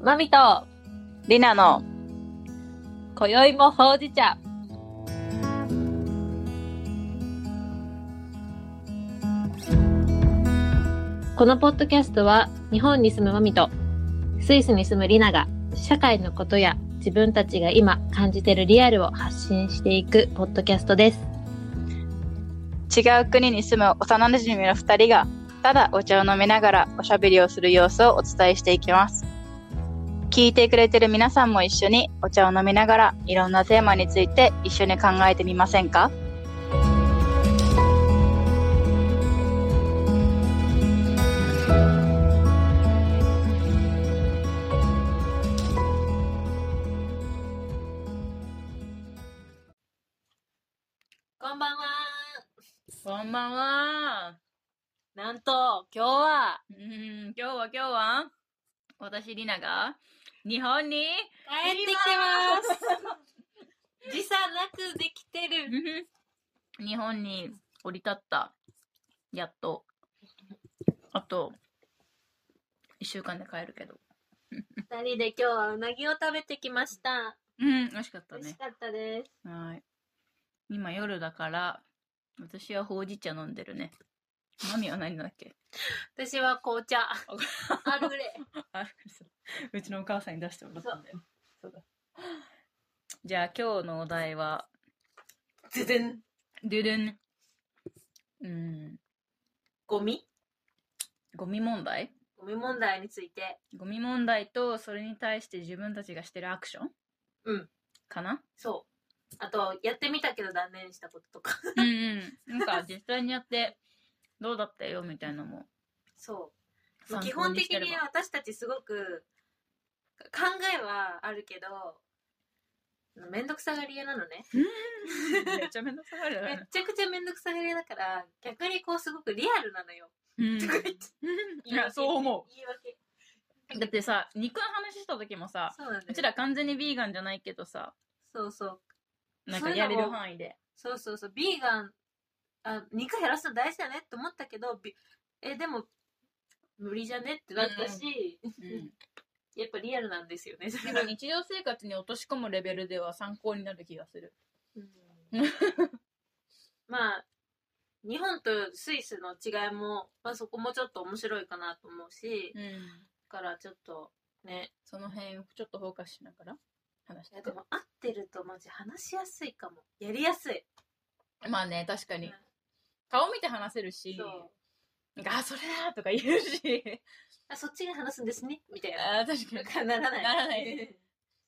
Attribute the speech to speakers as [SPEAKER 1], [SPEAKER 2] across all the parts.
[SPEAKER 1] マミと、
[SPEAKER 2] りなの。
[SPEAKER 1] 今宵もほうじ茶。このポッドキャストは、日本に住むマミと、スイスに住むリナが、社会のことや自分たちが今感じているリアルを発信していくポッドキャストです。
[SPEAKER 2] 違う国に住む幼馴染の2人が、ただお茶を飲みながらおしゃべりをする様子をお伝えしていきます。聞いてくれてる皆さんも一緒にお茶を飲みながらいろんなテーマについて一緒に考えてみませんか
[SPEAKER 1] こんばんは。
[SPEAKER 2] こんばんは。
[SPEAKER 1] なんと、今日は、
[SPEAKER 2] うーん、今日は今日は、私りなが日本に
[SPEAKER 1] 帰ってきてます。時差なくできてる。
[SPEAKER 2] うん日本に降り立った。やっと。あと、一週間で帰るけど。
[SPEAKER 1] 二人で今日はうなぎを食べてきました。
[SPEAKER 2] うん、美味しかった
[SPEAKER 1] 美味し
[SPEAKER 2] ね。
[SPEAKER 1] かったです。
[SPEAKER 2] はい。今夜だから、私はほうじ茶飲んでるね。マミは何だっけ
[SPEAKER 1] 私は紅茶。アールグレイ。
[SPEAKER 2] あそううちのお母さんに出してもらったんだよ。そうだ。じゃあ今日のお題は、
[SPEAKER 3] 全然
[SPEAKER 2] ドゥドゥン。うん、
[SPEAKER 3] ゴミ
[SPEAKER 2] ゴミ問題
[SPEAKER 3] ゴミ問題について
[SPEAKER 2] ゴミ問題とそれに対して自分たちがしてるアクション
[SPEAKER 3] うん
[SPEAKER 2] かな
[SPEAKER 3] そうあとやってみたけど断念したこととか
[SPEAKER 2] うんうんなんか実際にやってどうだったよみたいなの も
[SPEAKER 3] そう
[SPEAKER 2] 参考
[SPEAKER 3] 基本的
[SPEAKER 2] してれ
[SPEAKER 3] に
[SPEAKER 2] ば
[SPEAKER 3] 私たちすごく考えはあるけどめんどくさがり屋なのね
[SPEAKER 2] めちゃめちゃ下がるよ
[SPEAKER 3] めっ
[SPEAKER 2] ね
[SPEAKER 3] ちゃくちゃめんどくさがり屋だから逆にこうすごくリアルなのよ
[SPEAKER 2] うん
[SPEAKER 3] とか言って
[SPEAKER 2] いやそう思
[SPEAKER 3] 言い訳
[SPEAKER 2] う だってさ肉の話した時もさ
[SPEAKER 3] そうなんだ
[SPEAKER 2] うち
[SPEAKER 3] よ
[SPEAKER 2] ら完全にビーガンじゃないけどさ
[SPEAKER 3] そうそう
[SPEAKER 2] なんかやれる範囲で
[SPEAKER 3] そうそうそうビーガンあ肉減らすの大事だねって思ったけどビえでも無理じゃねってなったし、やっぱリアルなんですよねそれ
[SPEAKER 2] な
[SPEAKER 3] は
[SPEAKER 2] んか日常生活に落とし込むレベルでは参考になる気がする
[SPEAKER 3] うんまあ日本とスイスの違いも、まあ、そこもちょっと面白いかなと思うし、だからちょっとね
[SPEAKER 2] その辺ちょっとフォーカスしながら話し
[SPEAKER 3] いや
[SPEAKER 2] て
[SPEAKER 3] でも合ってるとマジ話しやすいかもやりやすい、
[SPEAKER 2] まあね確かに
[SPEAKER 3] うん
[SPEAKER 2] 顔見て話せるし
[SPEAKER 3] そう
[SPEAKER 2] なんか、あ、それだとか言うし。
[SPEAKER 3] あそっちが話すんですねみたいな
[SPEAKER 2] あー、確か
[SPEAKER 3] なんかならない
[SPEAKER 2] ならない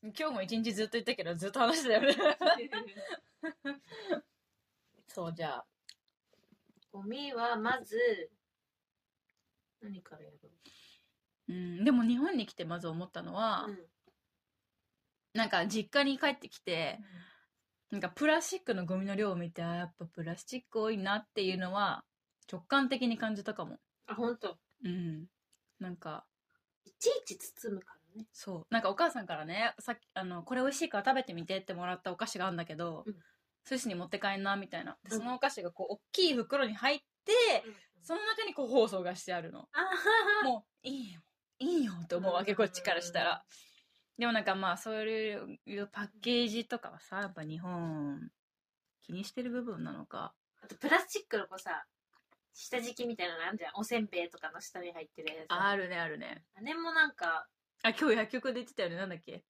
[SPEAKER 2] に。今日も一日ずっと言ったけど、ずっと話してたよね。 そう、じゃあ。
[SPEAKER 3] ゴミはまず何からやろ
[SPEAKER 2] うん、でも日本に来てまず思ったのは、
[SPEAKER 3] う、
[SPEAKER 2] なんか実家に帰ってきて、なんかプラスチックのゴミの量を見て、あーやっぱプラスチック多いなっていうのは直感的に感じたかも。
[SPEAKER 3] あ本当
[SPEAKER 2] うん。なんか、
[SPEAKER 3] いちいち包むからね
[SPEAKER 2] そう。なんかお母さんからね、さっき、あの、これ美味しいから食べてみてってもらったお菓子があるんだけど、
[SPEAKER 3] うん
[SPEAKER 2] 寿司に持って帰んな、みたいな。で
[SPEAKER 3] うん
[SPEAKER 2] そのお菓子がこう、大きい袋に入って、その中に個包装がしてあるの。
[SPEAKER 3] あは は
[SPEAKER 2] もう、いいよ、いいよって思うわけ、
[SPEAKER 3] うん
[SPEAKER 2] こっちからしたら。でもなんかまあ、そういうパッケージとかはさ、やっぱ日本、気にしてる部分なのか。
[SPEAKER 3] あとプラスチックのこうさ下敷きみたいなのあるじゃんおせんべいとかの下に入ってるやつ
[SPEAKER 2] あるね、あるね。
[SPEAKER 3] あれもなんか
[SPEAKER 2] あ、今日薬局で言ってたよね、なんだっけ。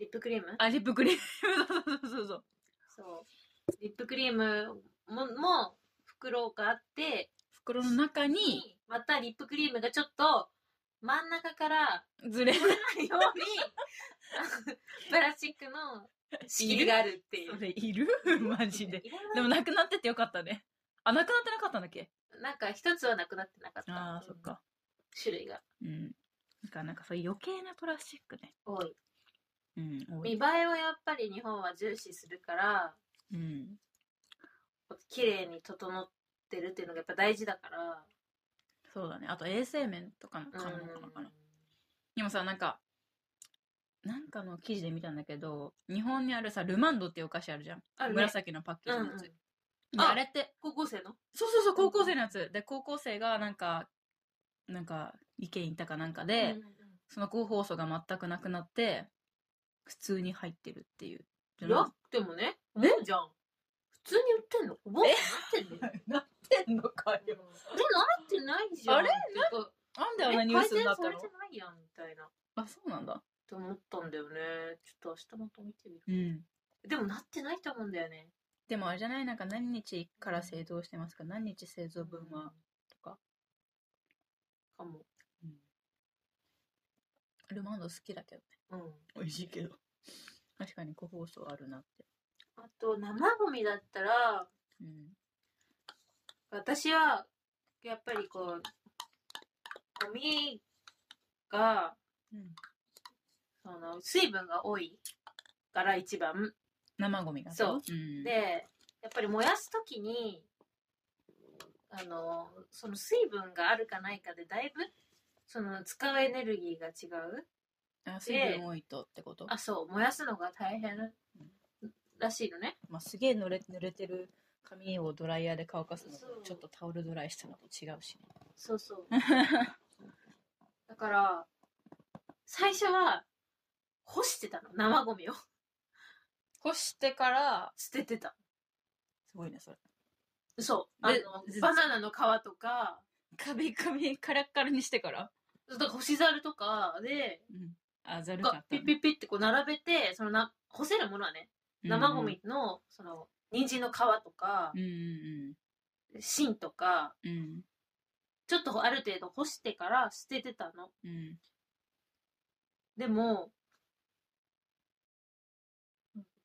[SPEAKER 3] リップクリーム
[SPEAKER 2] あ、リップクリーム。そうそうそうそう。
[SPEAKER 3] そうリップクリームもも袋があって
[SPEAKER 2] 袋の中に、
[SPEAKER 3] にまたリップクリームがちょっと真ん中から
[SPEAKER 2] ずれ
[SPEAKER 3] ようにあの プラスチックの仕切りがあるっていう
[SPEAKER 2] それいる マジで。
[SPEAKER 3] いらない
[SPEAKER 2] でもなくなっててよかったね。あ、なくなってなかったんだっけ
[SPEAKER 3] なんか一つはなくなってなかった
[SPEAKER 2] ああ、そっか。
[SPEAKER 3] 種類が
[SPEAKER 2] うん。なんか、なんかそういう余計なプラスチックね。
[SPEAKER 3] 多い
[SPEAKER 2] うん、多
[SPEAKER 3] 見栄
[SPEAKER 2] い。
[SPEAKER 3] えをやっぱり日本は重視するから
[SPEAKER 2] うん。
[SPEAKER 3] 綺麗に整ってるっていうのがやっぱ大事だから
[SPEAKER 2] そうだね。あと衛生面とかの考えなのかな。でもさ、なんか、なんかの記事で見たんだけど、日本にあるさ、ルマンドっていうお菓子あるじゃん。
[SPEAKER 3] あるね
[SPEAKER 2] 紫のパッケージのやつ。
[SPEAKER 3] うんうん
[SPEAKER 2] であれって、
[SPEAKER 3] 高校生の
[SPEAKER 2] そうそうそう、高校生のやつ。で、高校生がなんか、なんか、意見言ったかなんかで、
[SPEAKER 3] うんうん
[SPEAKER 2] その広報素が全くなくなって、普通に入ってるっていう。
[SPEAKER 3] いや、でもね、もうじゃん。普通に売ってんのお盆になってんのえ、
[SPEAKER 2] なってんのか よ。
[SPEAKER 3] なってないじゃん。
[SPEAKER 2] あれ
[SPEAKER 3] なんか、
[SPEAKER 2] なんであんな
[SPEAKER 3] え
[SPEAKER 2] ニュー
[SPEAKER 3] 改
[SPEAKER 2] スに
[SPEAKER 3] 善
[SPEAKER 2] なっ
[SPEAKER 3] さ
[SPEAKER 2] た
[SPEAKER 3] れ
[SPEAKER 2] の
[SPEAKER 3] てないやん、みたいな。っ
[SPEAKER 2] あ、そうなんだ。
[SPEAKER 3] て思ったんだよね。ちょっと明日また見てみる。
[SPEAKER 2] うん。
[SPEAKER 3] でもなってないと思うんだよね。
[SPEAKER 2] でもあれじゃないなんか何日から製造してますか何日製造分はとか。
[SPEAKER 3] かも。
[SPEAKER 2] ルマンド好きだけどね。
[SPEAKER 3] うん。
[SPEAKER 2] 美味しいけど。確かに個包装あるなって。
[SPEAKER 3] あと、生ゴミだったら、
[SPEAKER 2] うん。
[SPEAKER 3] 私は、やっぱりこう、ゴミが、
[SPEAKER 2] うん、
[SPEAKER 3] その、水分が多いから一番。
[SPEAKER 2] 生ゴミが
[SPEAKER 3] そう。
[SPEAKER 2] うん、
[SPEAKER 3] で、やっぱり燃やすときに、あの、その水分があるかないかで、だいぶ、その、使うエネルギーが違う。
[SPEAKER 2] あ水分多いとってこと
[SPEAKER 3] あ、そう、燃やすのが大変らしいのね。
[SPEAKER 2] まあ、すげえ濡れ濡れてる髪をドライヤーで乾かすの
[SPEAKER 3] そ
[SPEAKER 2] と
[SPEAKER 3] う
[SPEAKER 2] ちょっとタオルドライしたのと違うしね。
[SPEAKER 3] そうそう。だから、最初は、干してたの、生ゴミを。
[SPEAKER 2] こしてから、
[SPEAKER 3] 捨ててた。
[SPEAKER 2] すごいね、それ。
[SPEAKER 3] そう。あ
[SPEAKER 2] で
[SPEAKER 3] の、バナナの皮とか、
[SPEAKER 2] カビカビカラッカラにしてから。
[SPEAKER 3] だから干しざるとかで、
[SPEAKER 2] うん。あ、ざるか
[SPEAKER 3] がピッピッピッってこう並べて、そのな、干せるものはね、生ゴ。ミの、その、人参の皮とか
[SPEAKER 2] う、んうん
[SPEAKER 3] 芯とか、
[SPEAKER 2] うん。うん
[SPEAKER 3] ちょっとある程度干してから捨ててたの。
[SPEAKER 2] うん。
[SPEAKER 3] でも、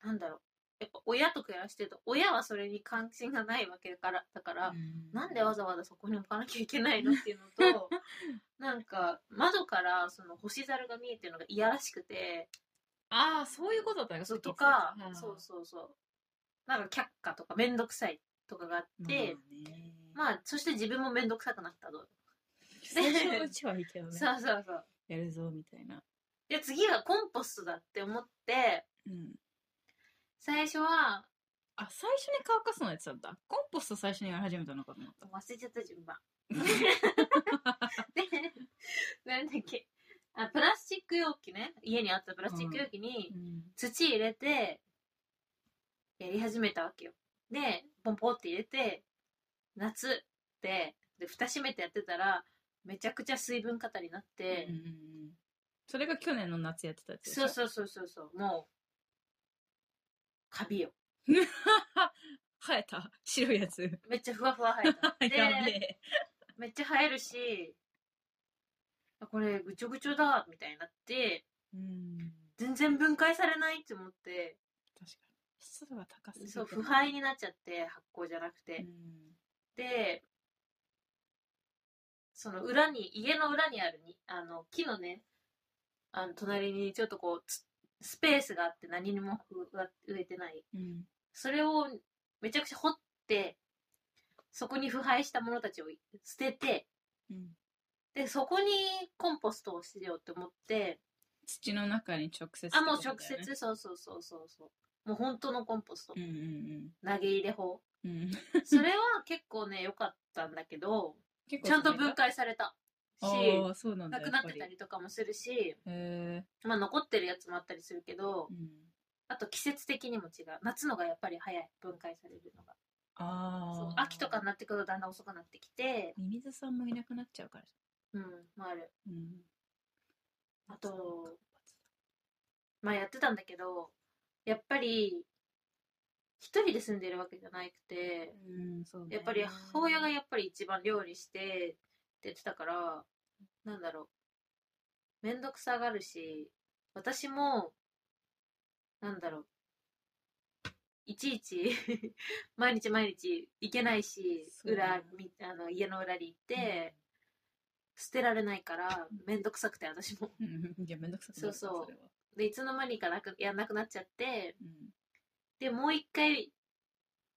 [SPEAKER 3] なんだろう。やっぱ親と暮らしてると、親はそれに関心がないわけだから、だから、
[SPEAKER 2] うん
[SPEAKER 3] なんでわざわざそこに置かなきゃいけないのっていうの と、なんか、窓からその星猿が見えてるのがいやらしくて、
[SPEAKER 2] ああ、そういうことだったね
[SPEAKER 3] そうとか、
[SPEAKER 2] そ
[SPEAKER 3] そう
[SPEAKER 2] そ
[SPEAKER 3] うそうそう。なんか却下とかめんどくさいとかがあっ
[SPEAKER 2] う。
[SPEAKER 3] て、
[SPEAKER 2] まあね、
[SPEAKER 3] まあ、そして自分もめんどくさくなったと。
[SPEAKER 2] 最初のうちはいいけどね。
[SPEAKER 3] そうそうそう。
[SPEAKER 2] やるぞ、みたいな。
[SPEAKER 3] で、次はコンポストだって思って、
[SPEAKER 2] うん。
[SPEAKER 3] 最初は、
[SPEAKER 2] あ、最初に乾かすのやつだった。コンポスト最初にやり始めたのかと思った。
[SPEAKER 3] 忘れちゃった順 番。で、なんだっけ。あ、プラスチック容器ね。家にあったプラスチック容器に
[SPEAKER 2] うん。
[SPEAKER 3] 土入れて、やり始めたわけよ。で、ポンポンって入れて、夏って、で、蓋閉めてやってたら、めちゃくちゃ水分過多になって、
[SPEAKER 2] うんうんうんそれが去年の夏やってたやつでし
[SPEAKER 3] そ
[SPEAKER 2] ょ
[SPEAKER 3] うそうそうそうそう、もう、カビよ。
[SPEAKER 2] 生えた白いやつ。
[SPEAKER 3] めっちゃふわふわ生えた。
[SPEAKER 2] やべ
[SPEAKER 3] で、
[SPEAKER 2] え。
[SPEAKER 3] めっちゃ生えるし、あこれぐちょぐちょだ、みたいになって、
[SPEAKER 2] うん。
[SPEAKER 3] 全然分解されないって思って、
[SPEAKER 2] 確かに。湿度が高すぎて。
[SPEAKER 3] そう、腐敗になっちゃって、発酵じゃなく
[SPEAKER 2] う
[SPEAKER 3] て。
[SPEAKER 2] ん。
[SPEAKER 3] で、その裏に、家の裏にあるに、あの、木のね、あの、隣にちょっとこう、つスペースがあって何にも植えてない。
[SPEAKER 2] うん。
[SPEAKER 3] それをめちゃくちゃ掘って、そこに腐敗したものたちを捨てて、
[SPEAKER 2] うん。
[SPEAKER 3] で、そこにコンポストをしようって思って、
[SPEAKER 2] 土の中に直接って
[SPEAKER 3] あ、
[SPEAKER 2] ことだ
[SPEAKER 3] も
[SPEAKER 2] よ
[SPEAKER 3] う
[SPEAKER 2] ね、
[SPEAKER 3] 直接、そうそうそうそうそう。もう本当のコンポスト。
[SPEAKER 2] うんうん
[SPEAKER 3] 投げ入れ法。
[SPEAKER 2] うん。 うん。
[SPEAKER 3] それは結構ね、良かったんだけど、
[SPEAKER 2] 結構
[SPEAKER 3] ちゃんと分解されたし、
[SPEAKER 2] ああ、そうなんだ。
[SPEAKER 3] なくなってた
[SPEAKER 2] へ
[SPEAKER 3] りとかもするし、
[SPEAKER 2] え。
[SPEAKER 3] まあ残ってるやつもあったりするけど
[SPEAKER 2] う、ん。
[SPEAKER 3] あと季節的にも違う。夏のがやっぱり早い、分解されるのが。そう
[SPEAKER 2] ああ。
[SPEAKER 3] 秋とかになってくるとだんだん遅くなってきて、
[SPEAKER 2] ミミズさんもいなくなっちゃうから。
[SPEAKER 3] うん、まあある。
[SPEAKER 2] うん。
[SPEAKER 3] あと、まあやってたんだけど、やっぱり、一人で住んでるわけじゃなくて、
[SPEAKER 2] うん、そう、ね。
[SPEAKER 3] やっぱり母親がやっぱり一番料理してって言ってたから、なんだろう。めんどくさがるし、私も、なんだろう。いちいち、 毎日毎日行けないし、
[SPEAKER 2] そう
[SPEAKER 3] 裏、みあの、家の裏に行って、捨てられないから、めんどくさくて私も。
[SPEAKER 2] うん、いや、めんどくさくなる
[SPEAKER 3] そうそう
[SPEAKER 2] れは
[SPEAKER 3] で、いつの間にかなく、やんなくなっちゃって、
[SPEAKER 2] うん。
[SPEAKER 3] でもう一回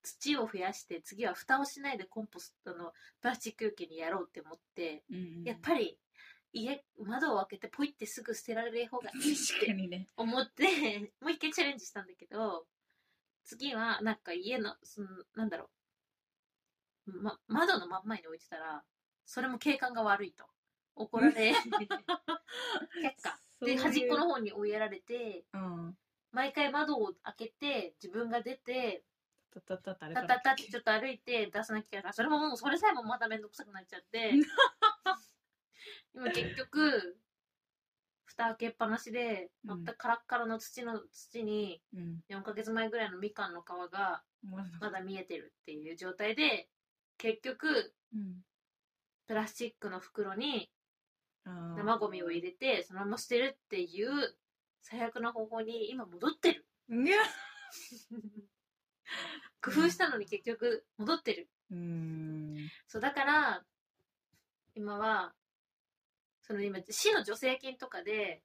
[SPEAKER 3] 土を増やして次は蓋をしないでコンポストのプラスチック容器にやろうって思って、
[SPEAKER 2] うんうん。
[SPEAKER 3] やっぱり家窓を開けてポイってすぐ捨てられる方がいいっ
[SPEAKER 2] 確か
[SPEAKER 3] て
[SPEAKER 2] にね。
[SPEAKER 3] 思って もう一回チャレンジしたんだけど次はなんか家のそのなんだろう、ま、窓の真ん前に置いてたらそれも景観が悪いと怒られ、却下。
[SPEAKER 2] そうい
[SPEAKER 3] で、
[SPEAKER 2] う
[SPEAKER 3] 端っこの方に追いやられて、
[SPEAKER 2] うん。
[SPEAKER 3] 毎回窓を開けて、自分が出て、
[SPEAKER 2] たたたたあれ
[SPEAKER 3] た
[SPEAKER 2] か
[SPEAKER 3] た
[SPEAKER 2] ら
[SPEAKER 3] たってちょっと歩いて出さなきゃいけないから、それももう、それさえもまためんどくさくなっちゃって、今結局、蓋開けっぱなしで、
[SPEAKER 2] う
[SPEAKER 3] 全
[SPEAKER 2] ん
[SPEAKER 3] くカラッカラの土の土に、
[SPEAKER 2] うん。
[SPEAKER 3] 4ヶ月前ぐらいのみかんの皮が
[SPEAKER 2] まだ
[SPEAKER 3] まだ見えてるっていう状態で、結局、
[SPEAKER 2] うん。
[SPEAKER 3] プラスチックの袋に
[SPEAKER 2] あー
[SPEAKER 3] 生ゴミを入れて、そのまま捨てるっていう最悪な方法に今戻ってる。
[SPEAKER 2] いや
[SPEAKER 3] 工夫したのに結局戻ってる。
[SPEAKER 2] うーん。
[SPEAKER 3] そう、だから、今は、その今、市の助成金とかで、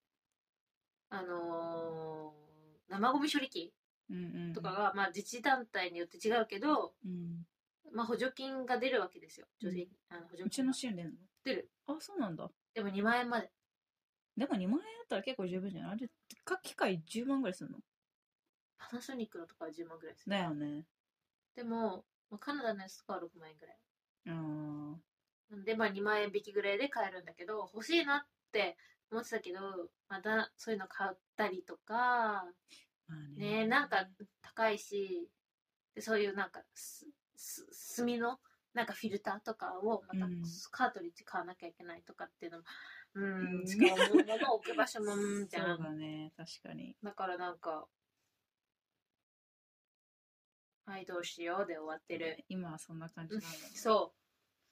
[SPEAKER 3] あのー生ゴミ処理機
[SPEAKER 2] うんうん。
[SPEAKER 3] とかが、まあ自治団体によって違うけど、
[SPEAKER 2] うん。
[SPEAKER 3] まあ補助金が出るわけですよ。助成金、あの補助
[SPEAKER 2] うち
[SPEAKER 3] 金
[SPEAKER 2] の
[SPEAKER 3] が。
[SPEAKER 2] 支援でんの
[SPEAKER 3] 出る。
[SPEAKER 2] あ、そうなんだ。
[SPEAKER 3] でも2万円まで。
[SPEAKER 2] でも2万円だったら結構十分じゃないあれ、各機械10万ぐらいするの
[SPEAKER 3] パナソニックのとかは10万ぐらいでする。
[SPEAKER 2] だよね。
[SPEAKER 3] でも、まあ、カナダのやつとかは6万円ぐらい。
[SPEAKER 2] あー
[SPEAKER 3] なんで、まあ2万円引きぐらいで買えるんだけど、欲しいなって思ってたけど、まだそういうの買ったりとか、
[SPEAKER 2] まあ
[SPEAKER 3] ねえなんか高いし、でそういうなんかす、す、炭の、なんかフィルターとかをまた
[SPEAKER 2] うん
[SPEAKER 3] カートリッジ買わなきゃいけないとかっていうのも、うん、
[SPEAKER 2] うん
[SPEAKER 3] しかも物を置く場所もうんじゃ。
[SPEAKER 2] そうんだね、確かに。
[SPEAKER 3] だからなんか、はい、どうしようで終わってる。
[SPEAKER 2] 今はそんな感じなんだね。
[SPEAKER 3] そ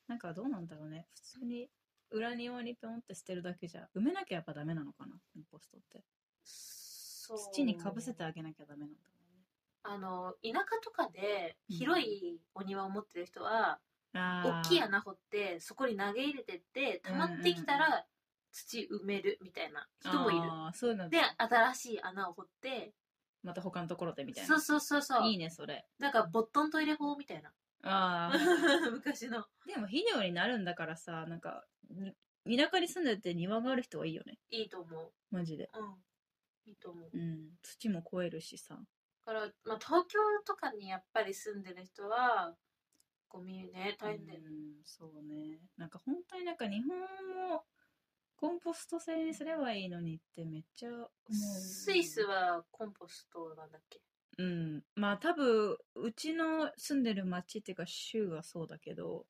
[SPEAKER 2] なんかどうなんだろうね。普通に裏庭にピョンって捨てるだけじゃ、埋めなきゃやっぱダメなのかな、コンポストって。
[SPEAKER 3] う。そう
[SPEAKER 2] 土にかぶせてあげなきゃダメなんだ
[SPEAKER 3] あの、田舎とかで広いお庭を持ってる人は、
[SPEAKER 2] ろうね。
[SPEAKER 3] 大きい穴掘って、そこに投げ入れてって、溜まってきた
[SPEAKER 2] うんう
[SPEAKER 3] ら土埋めるみたいな人もいる。
[SPEAKER 2] あーそういうの
[SPEAKER 3] で、新しい穴を掘って、
[SPEAKER 2] また他のところでみたい
[SPEAKER 3] そ
[SPEAKER 2] な
[SPEAKER 3] う。そうそうそう。
[SPEAKER 2] いいね、それ。
[SPEAKER 3] なんか、ぼっとんトイレ法みたいな。
[SPEAKER 2] ああ。
[SPEAKER 3] 昔の。
[SPEAKER 2] でも肥料になるんだからさ、なんか、に田舎に住んでて庭がある人はいいよね。
[SPEAKER 3] いいと思
[SPEAKER 2] マジで。
[SPEAKER 3] う。うん。いいと思う
[SPEAKER 2] う。ん。土も肥えるしさ。
[SPEAKER 3] だから、まあ、東京とかにやっぱり住んでる人はゴミね大変だよね、
[SPEAKER 2] うん、そうね。なんか本当になんか日本もコンポスト制にすればいいのにってめっちゃ思う。
[SPEAKER 3] スイスはコンポストなんだっけ
[SPEAKER 2] うん。まあ多分、うちの住んでる町っていうか州はそうだけど、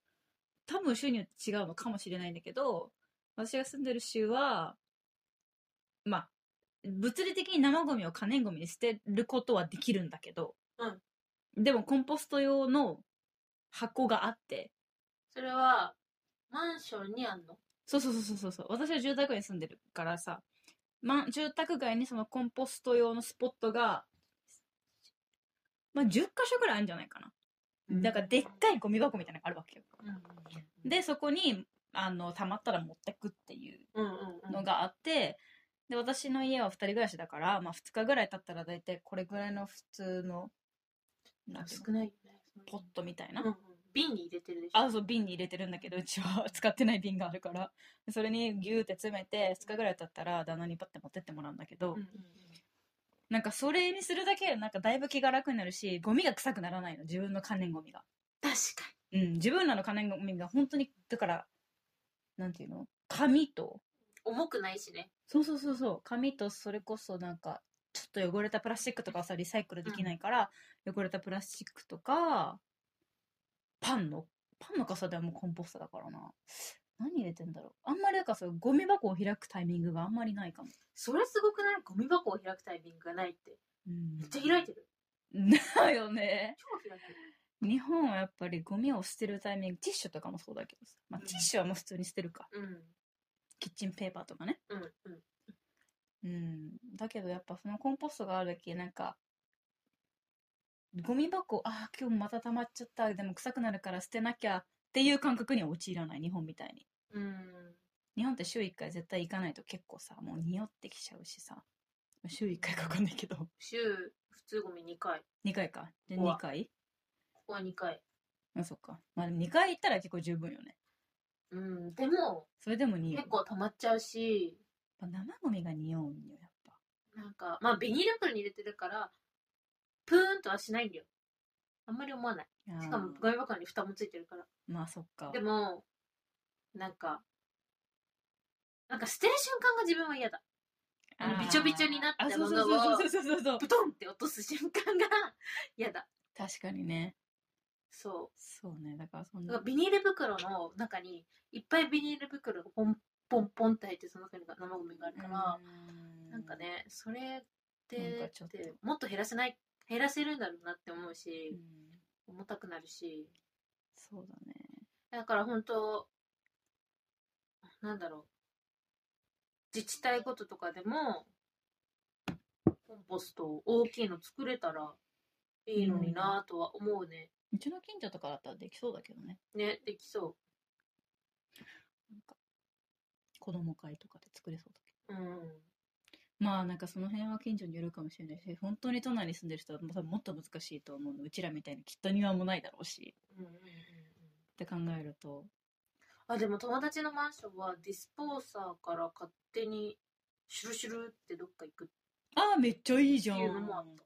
[SPEAKER 2] 多分州によって違うのかもしれないんだけど、私が住んでる州は、まあ、物理的に生ゴミを可燃ゴミに捨てることはできるんだけど、でもコンポスト用の箱があって、
[SPEAKER 3] それはマンションにあんの
[SPEAKER 2] そうそうそうそうそうそう。私は住宅街に住んでるからさ、ま、住宅街にそのコンポスト用のスポットが、まあ、10箇所ぐらいあるんじゃないかな。だからでっかいゴミ箱みたいなのがあるわけよ。
[SPEAKER 3] うん
[SPEAKER 2] で、そこに、あの、溜まったら持ってくってい
[SPEAKER 3] うんうん
[SPEAKER 2] う
[SPEAKER 3] う
[SPEAKER 2] の
[SPEAKER 3] ん
[SPEAKER 2] があって、で、私の家は2人暮らしだから、まあ、2日ぐらい経ったら大体これぐらいの普通の、なんていうの
[SPEAKER 3] 少ないよね
[SPEAKER 2] ポットみたいな
[SPEAKER 3] うんう。ん瓶に入れてるでしょ
[SPEAKER 2] あ、そう、瓶に入れてるんだけど、うちは 使ってない瓶があるから。それにギューって詰めて、2日ぐらい経ったら旦那にパッて持ってってもらうんだけど、
[SPEAKER 3] うんうん
[SPEAKER 2] なんかそれにするだけでなんかだいぶ気が楽になるし、ゴミが臭くならないの、自分の可燃ゴミが。
[SPEAKER 3] 確か
[SPEAKER 2] うん、自分らの可燃ゴミが本当に、だから、なんていうの紙と、
[SPEAKER 3] に重くないしね
[SPEAKER 2] そうそうそうそう、紙とそれこそなんか、ちょっと汚れたプラスチックとかはさ、リサイクルできないから、汚れたプラスチックとか、パンの、パンの傘ではもうコンポストだからな。何入れてんだろう。あんまりなんかそう、ゴミ箱を開くタイミングがあんまりないかも。
[SPEAKER 3] それすごくないゴミ箱を開くタイミングがないって
[SPEAKER 2] うん
[SPEAKER 3] めっちゃ開いてる
[SPEAKER 2] だよね。
[SPEAKER 3] 超開いてる
[SPEAKER 2] 日本はやっぱりゴミを捨てるタイミング、ティッシュとかもそうだけどさ。まあ、
[SPEAKER 3] うん
[SPEAKER 2] ティッシュはもう普通に捨てるか。
[SPEAKER 3] うん
[SPEAKER 2] キッチンペーパーとかね。
[SPEAKER 3] うんうん
[SPEAKER 2] うん。だけどやっぱそのコンポストがあるだけ、なんか、ゴミ箱、ああ、今日また溜まっちゃった。でも臭くなるから捨てなきゃっていう感覚には陥らない。日本みたいに。
[SPEAKER 3] うん
[SPEAKER 2] 日本って週1回絶対行かないと結構さ、もう匂ってきちゃうしさ。週1回かわかんないけど。
[SPEAKER 3] 週普通ゴミ2回
[SPEAKER 2] 2回か。で、
[SPEAKER 3] 怖
[SPEAKER 2] 2回
[SPEAKER 3] ここは2回
[SPEAKER 2] あ、そっか。まあでも2回行ったら結構十分よね。
[SPEAKER 3] うんでも
[SPEAKER 2] それでも匂う。
[SPEAKER 3] 結構溜まっちゃうし
[SPEAKER 2] やっぱ生ゴミが匂うんよ、やっぱ。
[SPEAKER 3] なんかまあビニール袋に入れてるからプーンとはしないんだよあんまり思わない
[SPEAKER 2] あー
[SPEAKER 3] しかもゴミ箱に蓋もついてるから
[SPEAKER 2] まあそっか
[SPEAKER 3] でもなんかなんか捨てる瞬間が自分は嫌だ。あの
[SPEAKER 2] あー
[SPEAKER 3] びちょびちょになっ
[SPEAKER 2] あ、
[SPEAKER 3] た
[SPEAKER 2] そ
[SPEAKER 3] も
[SPEAKER 2] う
[SPEAKER 3] の
[SPEAKER 2] そ
[SPEAKER 3] を
[SPEAKER 2] うそうそうそうそう。
[SPEAKER 3] ブトンって落とす瞬間が 嫌だ。
[SPEAKER 2] 確かにね。
[SPEAKER 3] そ
[SPEAKER 2] そうね。だからそん
[SPEAKER 3] う。
[SPEAKER 2] な。
[SPEAKER 3] だからビニール袋の中にいっぱいビニール袋がポンポンポンって入ってその中に生ゴミがあるから、なんか。ね、それって
[SPEAKER 2] なんかちょっと
[SPEAKER 3] ってもっと減らせない、減らせるんだろうなって思う
[SPEAKER 2] う
[SPEAKER 3] し、
[SPEAKER 2] ん
[SPEAKER 3] 重たくなるし、
[SPEAKER 2] そうだね。
[SPEAKER 3] だから本当なんだろう自治体ごととかでもコンポスト大きいの作れたらいいのになとは思うね、
[SPEAKER 2] うちの近所とかだったらできそうだけどね。
[SPEAKER 3] ねできそ
[SPEAKER 2] なんか子供会とかで作れそうだけ
[SPEAKER 3] ううん
[SPEAKER 2] ど。まあなんかその辺は近所によるかもしれないし、本当に都内に住んでる人は多分もっと難しいと思うの。うちらみたいにきっと庭もないだろうし。
[SPEAKER 3] うんうんうんうん
[SPEAKER 2] って考えると。
[SPEAKER 3] あでも友達のマンションはディスポーサーから勝手にシュルシュルってどっか行く
[SPEAKER 2] ああ、めっちゃいいじゃん。
[SPEAKER 3] っていうのもあった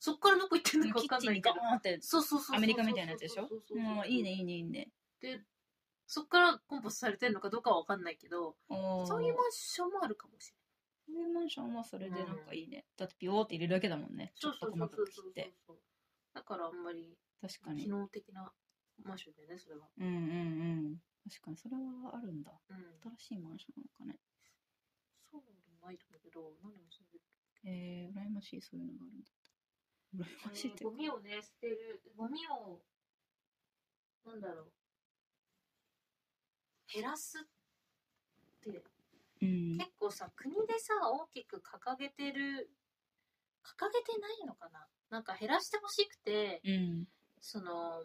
[SPEAKER 3] そっからどこ行ってんのか
[SPEAKER 2] キ
[SPEAKER 3] 分か
[SPEAKER 2] ッ
[SPEAKER 3] ん
[SPEAKER 2] チ
[SPEAKER 3] な
[SPEAKER 2] ン
[SPEAKER 3] い
[SPEAKER 2] に
[SPEAKER 3] け
[SPEAKER 2] ド
[SPEAKER 3] ど
[SPEAKER 2] ーンって
[SPEAKER 3] そうそうそうそう
[SPEAKER 2] アメリカみたいなやつでしょ
[SPEAKER 3] そうそうそうそう
[SPEAKER 2] もういいねいいねいいね。
[SPEAKER 3] でそっからコンポストされてるのかどうかは分かんないけど
[SPEAKER 2] そ
[SPEAKER 3] そういうマンションもあるかもし
[SPEAKER 2] そういうマンションはそれでなんかいいね。だってピヨーって入れるだけだもんね。ち
[SPEAKER 3] れ
[SPEAKER 2] ょ
[SPEAKER 3] ない。
[SPEAKER 2] っと細かく切って。
[SPEAKER 3] そう。だからあんまり
[SPEAKER 2] 確か
[SPEAKER 3] 機
[SPEAKER 2] に。
[SPEAKER 3] 能的なマンションだよね、それは。
[SPEAKER 2] うんうんうん。確かにそれはあるんだ。
[SPEAKER 3] うん。
[SPEAKER 2] 新しいマンションなのかね。
[SPEAKER 3] そうでもないと思うけど、何でもそうで
[SPEAKER 2] えー、羨ましいそういうのがあるんだった。羨ましいっていう
[SPEAKER 3] ゴ
[SPEAKER 2] か。
[SPEAKER 3] ミをね、捨てる、ゴミを、なんだろう。減らすって、
[SPEAKER 2] うん。
[SPEAKER 3] 結構さ、国でさ、大きく掲げてる、掲げてないのかななんか減らしてほしくて、
[SPEAKER 2] うん。
[SPEAKER 3] その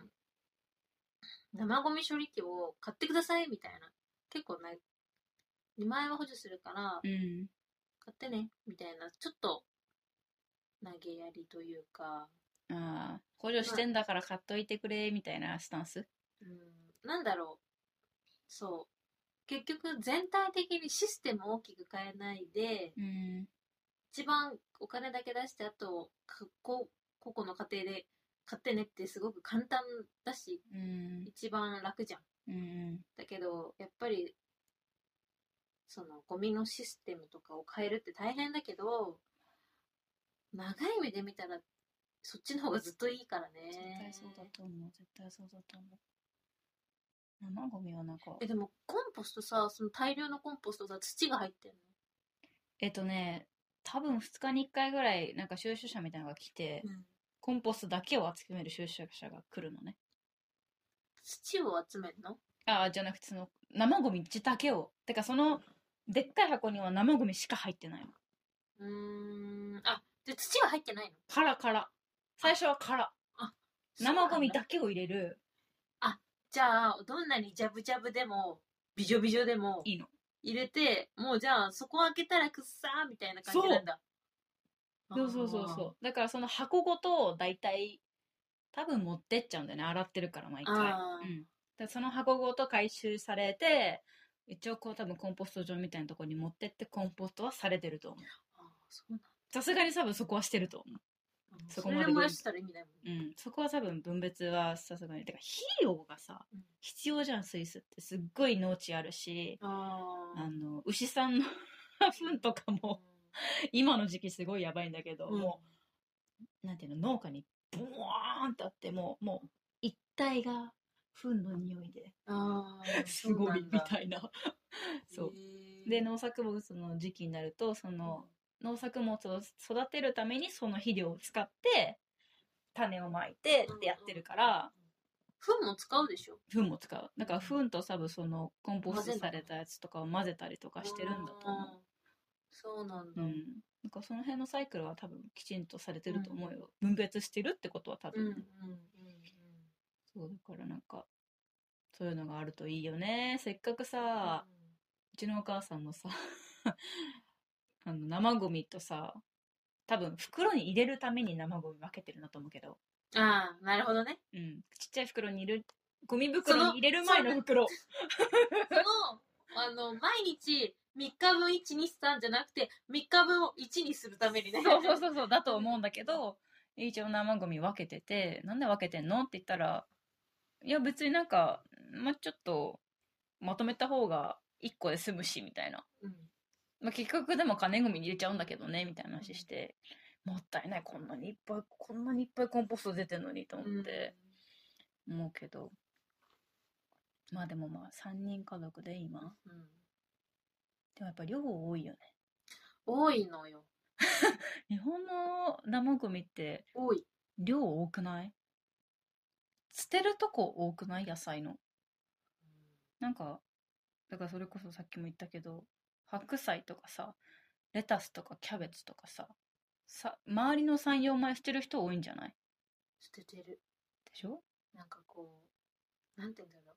[SPEAKER 3] 生ゴミ処理器を買ってくださいみたいな結構ね2万円は補助するから
[SPEAKER 2] うん。
[SPEAKER 3] 買ってねみたいなちょっと投げやりというか、
[SPEAKER 2] ああ、補助してんだから買っといてくれ、みたいなスタンス。
[SPEAKER 3] うん、なんだろうそう結局全体的にシステムを大きく変えないで
[SPEAKER 2] うん。
[SPEAKER 3] 一番お金だけ出してあとかこ個々の家庭で買ってねってすごく簡単だし
[SPEAKER 2] うん。
[SPEAKER 3] 一番楽じゃん
[SPEAKER 2] うん。
[SPEAKER 3] だけどやっぱりそのゴミのシステムとかを変えるって大変だけど長い目で見たらそっちの方がずっといいから
[SPEAKER 2] 絶
[SPEAKER 3] ね
[SPEAKER 2] 対そうだと思う。絶対そうだと思う。生ゴミはなんか。
[SPEAKER 3] えでもコンポストさその大量のコンポストさ土が入ってん
[SPEAKER 2] えっとね、多分2日に1回ぐらい、なんか収集車みたいなのが来て、
[SPEAKER 3] の、
[SPEAKER 2] コンポストだけを集める収集車が来るのね。
[SPEAKER 3] 土を集めるの
[SPEAKER 2] ああ、じゃなくて、その、生ゴミ自だけを。てか、その、でっかい箱には生ゴミしか入ってないの。
[SPEAKER 3] うーんあで土は入ってないの
[SPEAKER 2] からから。最初はから。生ゴミだけを入れる。
[SPEAKER 3] じゃあどんなにジャブジャブでもビジョビジョでも
[SPEAKER 2] いいの。
[SPEAKER 3] 入れてもうじゃあそこ開けたらくっさーみたいな感じなんだ
[SPEAKER 2] そうそうそうそう。だからその箱ごと大体、多分持ってっちゃうんだよね。洗ってるから毎回。うん。だ
[SPEAKER 3] あー
[SPEAKER 2] からその箱ごと回収されて、一応こう多分コンポスト場みたいなところに持ってってコンポストはされてると思う。
[SPEAKER 3] あーそうなんだ
[SPEAKER 2] さすがに多分そこはしてると思う。そ
[SPEAKER 3] そ
[SPEAKER 2] こ
[SPEAKER 3] れ
[SPEAKER 2] まで
[SPEAKER 3] で燃やしたら意味ないもん
[SPEAKER 2] う
[SPEAKER 3] ね。
[SPEAKER 2] ん。そこは多分分別はさすがに。てか肥料がさ
[SPEAKER 3] うん、
[SPEAKER 2] 必要じゃん、スイスって。すっごい農地あるし、
[SPEAKER 3] あ
[SPEAKER 2] あの、牛さんの糞とか
[SPEAKER 3] あ
[SPEAKER 2] も、 今の時期すごいやばいんだけど、
[SPEAKER 3] うん
[SPEAKER 2] もうなんていうの農家にボワーンってあってもうもう一帯が糞の匂いで
[SPEAKER 3] あー
[SPEAKER 2] すごいみた
[SPEAKER 3] い
[SPEAKER 2] いなそう
[SPEAKER 3] う
[SPEAKER 2] で
[SPEAKER 3] で
[SPEAKER 2] 農作物の時期になるとその農作物を育てるためにその肥料を使って種をまいてってやってるから
[SPEAKER 3] 糞も使うでしょ
[SPEAKER 2] 糞も使うだから糞と多分そのコンポス
[SPEAKER 3] 混ぜ
[SPEAKER 2] ト
[SPEAKER 3] る
[SPEAKER 2] されたやつとかを混ぜたりとかしてるんだと思う
[SPEAKER 3] あーそうなん
[SPEAKER 2] う
[SPEAKER 3] だ、
[SPEAKER 2] ん、なんかその辺のサイクルは多分きちんとされてると思うよ、分別してるってことは多
[SPEAKER 3] うん
[SPEAKER 2] 分、
[SPEAKER 3] うんうん
[SPEAKER 2] そうだからなんかそういうのがあるといいよねせっかく
[SPEAKER 3] うん
[SPEAKER 2] さ、うちのお母さんのさ あの生ゴミとさ多分袋に入れるために生ゴミ分けてるなと思うけど、
[SPEAKER 3] ああなるほどね
[SPEAKER 2] うん、ちっちゃい袋に入れるゴミ
[SPEAKER 3] そ
[SPEAKER 2] 袋
[SPEAKER 3] の
[SPEAKER 2] に入れる前の袋
[SPEAKER 3] そのあの毎日3日分123じゃなくて3日分を1にするためにね
[SPEAKER 2] そうそうそうそうだと思うんだけど一応生ゴミ分けててなんで分けてんのって言ったらいや別になんか、まあ、ちょっとまとめた方が1個で済むしみたいな、
[SPEAKER 3] うん
[SPEAKER 2] まあ、結局でも金組に入れちゃうんだけどねみたいな話してもったいないこんなにいっぱいこんなにいっぱいコンポスト出てるのにと思って思うけど、まあでもまあ3人家族で今
[SPEAKER 3] うんうん
[SPEAKER 2] でもやっぱ量多いよね
[SPEAKER 3] 多いのよ
[SPEAKER 2] 日本の生ゴミって
[SPEAKER 3] 多い
[SPEAKER 2] 量多くない捨てるとこ多くない野菜のなんかだからそれこそさっきも言ったけど白菜とかさレタスとかキャベツとかささ周りの34枚捨てる人多いんじゃない
[SPEAKER 3] 捨ててる
[SPEAKER 2] でしょ
[SPEAKER 3] なんかこうなんて言うんだろう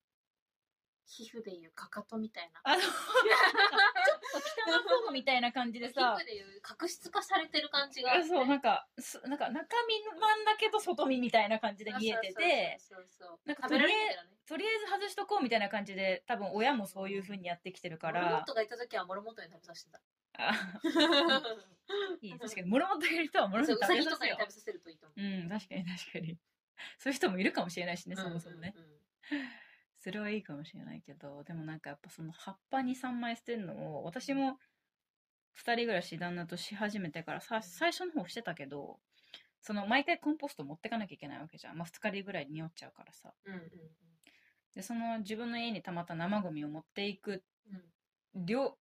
[SPEAKER 3] 皮膚でいうかかとみたいな
[SPEAKER 2] あのちょっと汚そうみたいな感じ
[SPEAKER 3] 皮
[SPEAKER 2] でさ
[SPEAKER 3] 膚でいう角質化されてる感じが
[SPEAKER 2] あそうなんかすなんか中身なんだけど外身みたいな感じで見えてて
[SPEAKER 3] そうそうそう
[SPEAKER 2] なんか
[SPEAKER 3] 食べられてたよね
[SPEAKER 2] とりあえず外しとこうみたいな感じで多分親もそういう風にやってきてるか
[SPEAKER 3] モルモ
[SPEAKER 2] ら
[SPEAKER 3] ットがいた時はモルモットに食べさせて た
[SPEAKER 2] あ
[SPEAKER 3] そ
[SPEAKER 2] いい確かにモルモットがいる人はモルモッ
[SPEAKER 3] う
[SPEAKER 2] ト食
[SPEAKER 3] ウサ
[SPEAKER 2] べ
[SPEAKER 3] ギと
[SPEAKER 2] さ
[SPEAKER 3] か
[SPEAKER 2] せ
[SPEAKER 3] に
[SPEAKER 2] よ
[SPEAKER 3] 食べさせるといいと思
[SPEAKER 2] ううん確かに確かに そういう人もいるかもしれないしね
[SPEAKER 3] う
[SPEAKER 2] そもそもね
[SPEAKER 3] うんうんうん
[SPEAKER 2] それはいいかもしれないけどでもなんかやっぱその葉っぱに3枚捨てるのを私も2人暮らし旦那とし始めてからさ最初の方してたけどその毎回コンポスト持ってかなきゃいけないわけじゃん、まあ、2日でぐらいに匂っちゃうからさ
[SPEAKER 3] うんうん
[SPEAKER 2] でその自分の家にたまった生ゴミを持っていく
[SPEAKER 3] うん
[SPEAKER 2] 量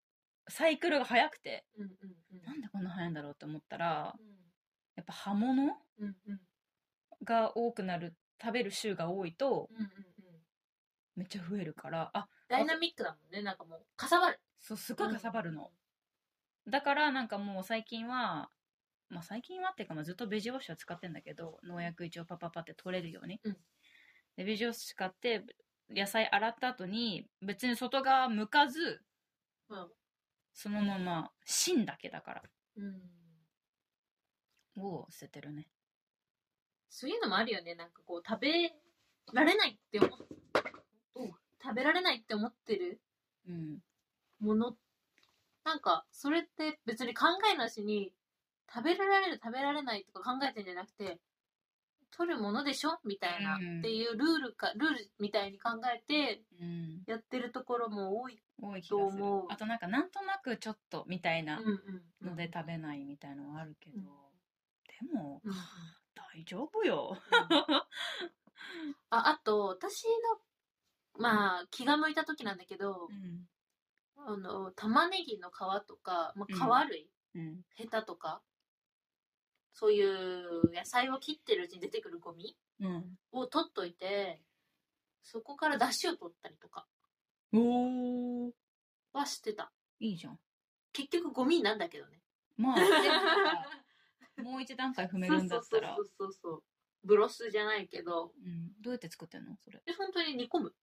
[SPEAKER 2] サイクルが早くて
[SPEAKER 3] うんうんうん
[SPEAKER 2] なんでこんな早いんだろうって思ったら
[SPEAKER 3] う
[SPEAKER 2] やっぱ葉物
[SPEAKER 3] んうんうん
[SPEAKER 2] が多くなる食べる週が多いと
[SPEAKER 3] うんうんうん
[SPEAKER 2] めっちゃ増えるからあ
[SPEAKER 3] ダイナミックだもんねなんかもうかさばる
[SPEAKER 2] そうすごいかさばるの、だからなんかもう最近はまあ最近はっていうか、まあ、ずっとベジウォッシュは使ってんだけど農薬一応パパパって取れるように、
[SPEAKER 3] うん
[SPEAKER 2] でベジウォッシュ使って野菜洗った後に別に外側向かず
[SPEAKER 3] うん
[SPEAKER 2] そのまま芯だけだから
[SPEAKER 3] うん
[SPEAKER 2] を捨ててるね
[SPEAKER 3] そういうのもあるよねなんかこう食べられないって思っ食べられないって思ってる
[SPEAKER 2] うん
[SPEAKER 3] ものなんかそれって別に考えなしに食べられる食べられないとか考えてんじゃなくて取るものでしょみたいな、
[SPEAKER 2] うん
[SPEAKER 3] っていうルールかルールみたいに考えて
[SPEAKER 2] うん
[SPEAKER 3] やってるところも多い、
[SPEAKER 2] 多い気がする
[SPEAKER 3] 思う
[SPEAKER 2] あとなんかなんとなくちょっとみたいな
[SPEAKER 3] うん
[SPEAKER 2] ので食べないみたいのはあるけど、
[SPEAKER 3] うん
[SPEAKER 2] でも、
[SPEAKER 3] うん
[SPEAKER 2] 大丈夫よ
[SPEAKER 3] ああと私のまあ気が向いた時なんだけど、
[SPEAKER 2] うん
[SPEAKER 3] あの玉ねぎの皮とか、ま
[SPEAKER 2] う
[SPEAKER 3] あ、皮類、
[SPEAKER 2] うん
[SPEAKER 3] ヘタとかそういう野菜を切ってるうちに出てくるゴミ
[SPEAKER 2] うん
[SPEAKER 3] を取っといてそこから出汁を取ったりとか
[SPEAKER 2] おー
[SPEAKER 3] はしてた
[SPEAKER 2] いいじゃん
[SPEAKER 3] 結局ゴミになんだけどね
[SPEAKER 2] まあでもなんかもう一段階踏めるんだったら
[SPEAKER 3] そうそうそうそうブロスじゃないけど
[SPEAKER 2] うんどうやって作ってんのそれ
[SPEAKER 3] で本当に煮込む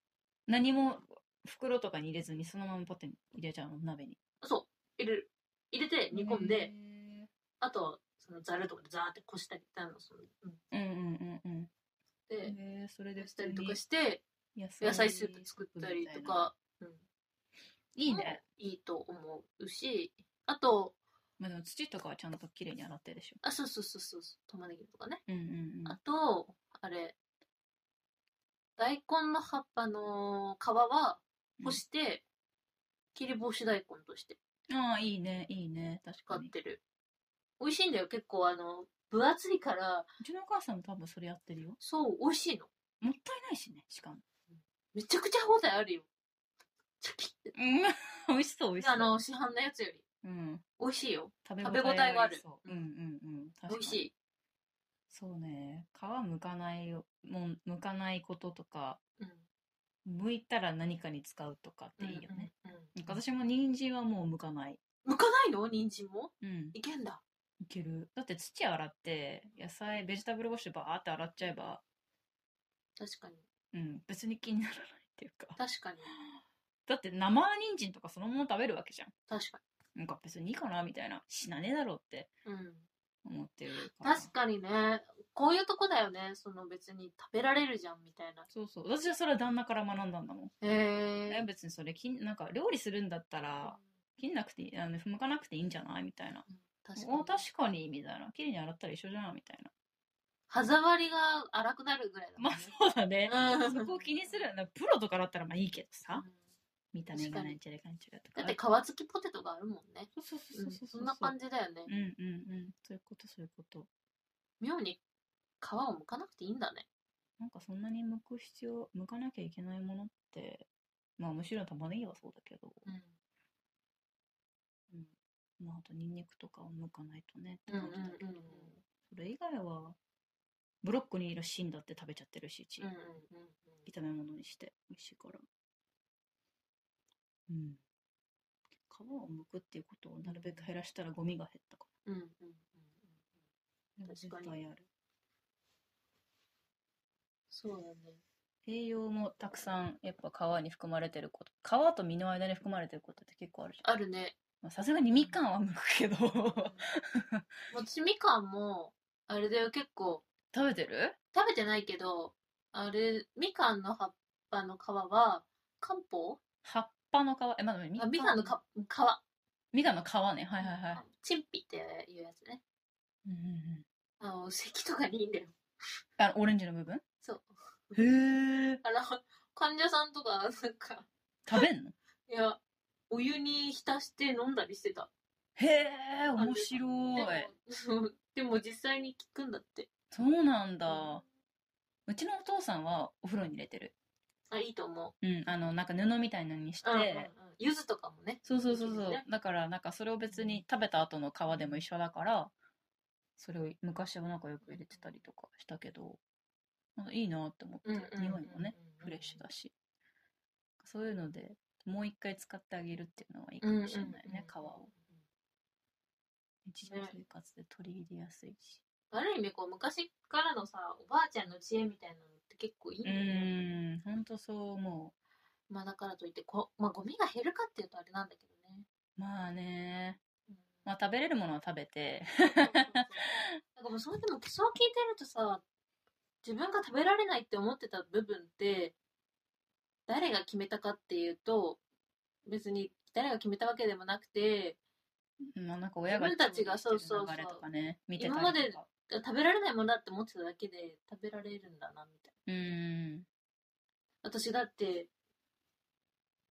[SPEAKER 2] 何も袋とかに入れずにそのままポテに入れちゃうの鍋に
[SPEAKER 3] そう入れる入れて煮込んで、
[SPEAKER 2] へ
[SPEAKER 3] あとはそのザルとかでザーってこしたりあのその、うん、
[SPEAKER 2] ーうんうんうんうん
[SPEAKER 3] で
[SPEAKER 2] へーそれで普
[SPEAKER 3] 出し
[SPEAKER 2] 通
[SPEAKER 3] たり
[SPEAKER 2] に
[SPEAKER 3] とかして
[SPEAKER 2] 野
[SPEAKER 3] 野菜スープ作ったりとか、うん、
[SPEAKER 2] いいね、
[SPEAKER 3] いいと思うしあと
[SPEAKER 2] まあ、でも土とかはちゃんときれいに洗ってるでしょ
[SPEAKER 3] あそうそうそうそうそう玉ねぎとかね
[SPEAKER 2] うんうんうん
[SPEAKER 3] あと、あれ、大根の葉っぱの皮は干して、切り干し大根として
[SPEAKER 2] ああ、いいね、いいね、確
[SPEAKER 3] 使
[SPEAKER 2] か
[SPEAKER 3] っ
[SPEAKER 2] に。
[SPEAKER 3] てる。美味しいんだよ、結構あの、分厚いから、
[SPEAKER 2] うちのお母さんも多分それやってるよ。
[SPEAKER 3] そう、美味しいの。
[SPEAKER 2] もったいないしね、しかも。
[SPEAKER 3] めちゃくちゃ放題あるよ。チャキって。
[SPEAKER 2] うん 美味しそう、美味しそう。
[SPEAKER 3] あの、市販のやつより。
[SPEAKER 2] うん、
[SPEAKER 3] 美味しいよ。
[SPEAKER 2] 食
[SPEAKER 3] 食べ応えがある
[SPEAKER 2] そううんうんうん。確かに
[SPEAKER 3] 美味しい。
[SPEAKER 2] そうね、皮むかないよもん、むかないこととか、
[SPEAKER 3] うん。
[SPEAKER 2] むいたら何かに使うとかっていいよね。
[SPEAKER 3] うん。うん
[SPEAKER 2] なんか私も人参はもうむかない。
[SPEAKER 3] 剥かないの人参も
[SPEAKER 2] うん、
[SPEAKER 3] いけんだ。
[SPEAKER 2] いける。だって土洗って、野菜、ベジタブルウォッシュバーって洗っちゃえば、
[SPEAKER 3] 確かに。
[SPEAKER 2] うん、別に気にならないっていうか。
[SPEAKER 3] 確かに。
[SPEAKER 2] だって生人参とかそのまま食べるわけじゃん。
[SPEAKER 3] 確か
[SPEAKER 2] なんか別にいいかなみたいな死なねえだろうって
[SPEAKER 3] に。うん。
[SPEAKER 2] 思ってるから
[SPEAKER 3] 確かにねこういうとこだよねその別に食べられるじゃんみたいな
[SPEAKER 2] そうそう私はそれは旦那から学んだんだもん、え
[SPEAKER 3] へえ
[SPEAKER 2] 別にそれきんなんか料理するんだったら切んなくていいあのむかなくていいんじゃないみたいな
[SPEAKER 3] 確か
[SPEAKER 2] お
[SPEAKER 3] に
[SPEAKER 2] 確かにみたいな綺麗に洗ったら一緒じゃんみたいな
[SPEAKER 3] 歯触りが荒くなるぐらいだもん
[SPEAKER 2] ま
[SPEAKER 3] ね
[SPEAKER 2] あそうだね
[SPEAKER 3] うん
[SPEAKER 2] そこを気にするなプロとかだったらまあいいけどさ見た目がなんちゃらかんちゃらとか
[SPEAKER 3] だって皮付きポテトがあるもんね。
[SPEAKER 2] そうそう
[SPEAKER 3] う、
[SPEAKER 2] そうんそう
[SPEAKER 3] そんな感じだよね。
[SPEAKER 2] うんうんうんそういうことそういうこと
[SPEAKER 3] 妙に皮を剥かなくていいんだね。
[SPEAKER 2] なんかそんなに剥く必要剥かなきゃいけないものってまあむしろ玉ねぎはそうだけど、
[SPEAKER 3] うん。
[SPEAKER 2] うんまああとニンニクとかは剥かないとねって
[SPEAKER 3] うんうん
[SPEAKER 2] 感じだけど、
[SPEAKER 3] うんうん
[SPEAKER 2] それ以外はブロッコリーの芯だって食べちゃってるしうち、
[SPEAKER 3] うんうんうんうん。
[SPEAKER 2] 炒め物にして美味しいからうん皮を剥くっていうことをなるべく減らしたらゴミが減ったか
[SPEAKER 3] うんうんうんうん。
[SPEAKER 2] ら
[SPEAKER 3] 確か
[SPEAKER 2] 絶
[SPEAKER 3] に
[SPEAKER 2] 対ある
[SPEAKER 3] そうだね。
[SPEAKER 2] 栄養もたくさんやっぱ皮に含まれてること皮と実の間に含まれてることって結構あるじゃん
[SPEAKER 3] あ るね。
[SPEAKER 2] まあさすがにみかんは剥くけど
[SPEAKER 3] 私みかんも、あれだよ、結構、
[SPEAKER 2] 食べてる
[SPEAKER 3] 食べてないけど、あれ、みかんの葉っぱの皮は、漢方
[SPEAKER 2] 葉っぱの皮えまだみ
[SPEAKER 3] あみかんのか皮。
[SPEAKER 2] みかんの皮ねはいはいはい
[SPEAKER 3] チンピっていうやつね。
[SPEAKER 2] うんうんうん
[SPEAKER 3] あの、咳とかにいいんだよ。
[SPEAKER 2] あのオレンジの部分
[SPEAKER 3] そう。
[SPEAKER 2] へえ
[SPEAKER 3] あの、患者さんとか、なんか、
[SPEAKER 2] 食べんの
[SPEAKER 3] いや、お湯に浸して飲んだりしてた。
[SPEAKER 2] へえ面白い
[SPEAKER 3] でも、でも実際に効くんだって。
[SPEAKER 2] そうなんだ、
[SPEAKER 3] うん
[SPEAKER 2] うちのお父さんはお風呂に入れてる
[SPEAKER 3] あ、いいと思
[SPEAKER 2] うんあのなんか布みたいのにして、
[SPEAKER 3] う。うんうんうん。柚子とかもね。
[SPEAKER 2] そうそうそうそう、
[SPEAKER 3] ね
[SPEAKER 2] だからなんかそれを別に食べた後の皮でも一緒だからそれを昔はなんかよく入れてたりとかしたけどなんかいいなって思って、
[SPEAKER 3] うんうんうんうん
[SPEAKER 2] 匂いもねフレッシュだしそういうのでもう一回使ってあげるっていうのはいいかもしれないね、皮を。日常生活で取り入れやすいし、
[SPEAKER 3] ある意味、こう、昔からのさ、おばあちゃんの知恵みたいなのって結構いいんだよね。
[SPEAKER 2] うーんほんとそう思
[SPEAKER 3] まあ、だからといって、こまあ、ゴミが減るかっていうとあれなんだけどね。
[SPEAKER 2] うまあね
[SPEAKER 3] うん
[SPEAKER 2] まあ食べれるものは食べて
[SPEAKER 3] そうそうそうそうなんかもうそれでもそう聞いてるとさ自分が食べられないって思ってた部分って誰が決めたかっていうと別に誰が決めたわけでもなくて
[SPEAKER 2] まあなんか親が
[SPEAKER 3] 自分たちが
[SPEAKER 2] 調理して
[SPEAKER 3] そうそうそ
[SPEAKER 2] る
[SPEAKER 3] う
[SPEAKER 2] 流れとかね見てたり
[SPEAKER 3] 今
[SPEAKER 2] と
[SPEAKER 3] ま
[SPEAKER 2] か
[SPEAKER 3] で食べられないものだって思ってただけで食べられるんだなみたいう
[SPEAKER 2] ーん
[SPEAKER 3] な私だって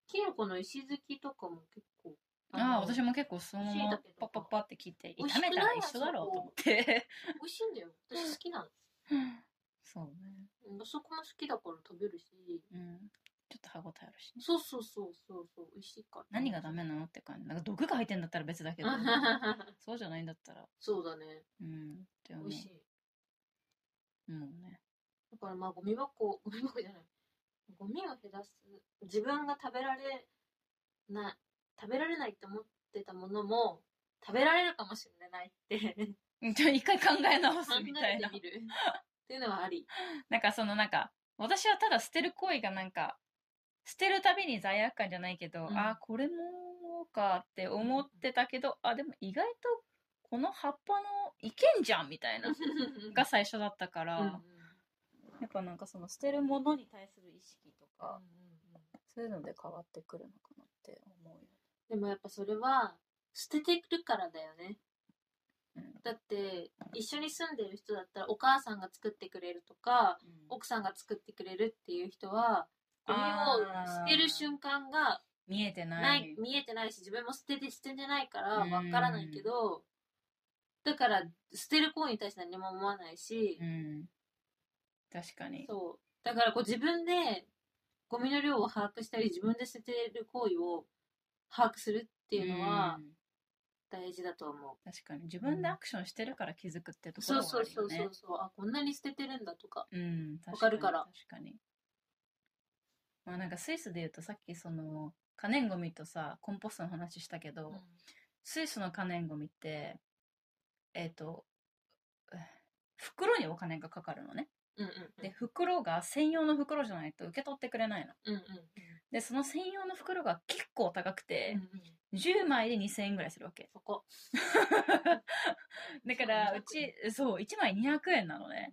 [SPEAKER 3] キノコの石づきとかも結構
[SPEAKER 2] ああ、
[SPEAKER 3] の
[SPEAKER 2] 私も結構そのま
[SPEAKER 3] 椎
[SPEAKER 2] ま
[SPEAKER 3] 茸とか
[SPEAKER 2] パッパッパって切って、
[SPEAKER 3] 美味
[SPEAKER 2] 炒
[SPEAKER 3] しくな
[SPEAKER 2] め
[SPEAKER 3] い
[SPEAKER 2] たら一緒だろうと思って。
[SPEAKER 3] 美味しいんだよ私好きなの
[SPEAKER 2] そうね。
[SPEAKER 3] うんそこも好きだから食べるし
[SPEAKER 2] うん。ちょっと歯応えあるしね。
[SPEAKER 3] そうそうそうそうそう美味しいから
[SPEAKER 2] 何がダメなのって感じ。なんか毒が入ってんだったら別だ けど、そうじゃないんだったら、
[SPEAKER 3] そうだね。
[SPEAKER 2] うん。って思
[SPEAKER 3] 美味しい。
[SPEAKER 2] う。もうね。
[SPEAKER 3] だからまあゴミ箱、 ゴミ箱じゃない。ゴミを減らす。自分が食べられない、食べられないって思ってたものも、食べられるかもしれないって
[SPEAKER 2] うんちょ一回考え直
[SPEAKER 3] 考
[SPEAKER 2] すみた
[SPEAKER 3] え
[SPEAKER 2] い
[SPEAKER 3] て
[SPEAKER 2] な。
[SPEAKER 3] みる。っていうのはあり。
[SPEAKER 2] なんかそのなんか、私はただ捨てる行為がなんか、捨てるたびに罪悪感じゃないけど、
[SPEAKER 3] うん
[SPEAKER 2] ああ、これもかって思ってたけど、あ、でも意外とこの葉っぱのいけんじゃんみたいな。が最初だったから、
[SPEAKER 3] うんうん
[SPEAKER 2] やっぱなんかその捨てるものに対する意識と
[SPEAKER 3] うん
[SPEAKER 2] か、そういうので変わってくるのかなって思うよ。
[SPEAKER 3] でもやっぱそれは、捨ててるからだよね
[SPEAKER 2] うん。
[SPEAKER 3] だって、一緒に住んでる人だったら、お母さんが作ってくれるとか、奥さんが作ってくれるっていう人は、ゴミを捨てる瞬間が
[SPEAKER 2] 見えてない。
[SPEAKER 3] ない見えてないし自分も捨てて捨ててないから
[SPEAKER 2] うん
[SPEAKER 3] わからないけどだから捨てる行為に対して何も思わないし
[SPEAKER 2] う、ん。確かに。
[SPEAKER 3] そうだからこう自分でゴミの量を把握したり自分で捨てる行為を把握するっていうのは
[SPEAKER 2] うん
[SPEAKER 3] 大事だと思う、
[SPEAKER 2] 確かに。自分でアクションしてるから気づくってとこ
[SPEAKER 3] そ
[SPEAKER 2] ろ
[SPEAKER 3] う
[SPEAKER 2] はあ
[SPEAKER 3] そう
[SPEAKER 2] る
[SPEAKER 3] そ
[SPEAKER 2] よ
[SPEAKER 3] うそう
[SPEAKER 2] ね。
[SPEAKER 3] そうあこんなに捨ててるんだとか
[SPEAKER 2] うん。確に
[SPEAKER 3] わかるから。
[SPEAKER 2] 確かに。まあなんかスイスで言うとさっきその、可燃ゴミとさ、コンポストの話したけど、スイスの可燃ゴミって、えっ、と、袋にお金がかかるのね。
[SPEAKER 3] うんうん
[SPEAKER 2] で、袋が専用の袋じゃないと受け取ってくれないの。
[SPEAKER 3] うんうん
[SPEAKER 2] で、その専用の袋が結構高く
[SPEAKER 3] うんう
[SPEAKER 2] て
[SPEAKER 3] ん、
[SPEAKER 2] 10枚で2000円ぐらいするわけ。
[SPEAKER 3] そこ
[SPEAKER 2] だから、
[SPEAKER 3] そう
[SPEAKER 2] うち、そう、1枚200円なのね。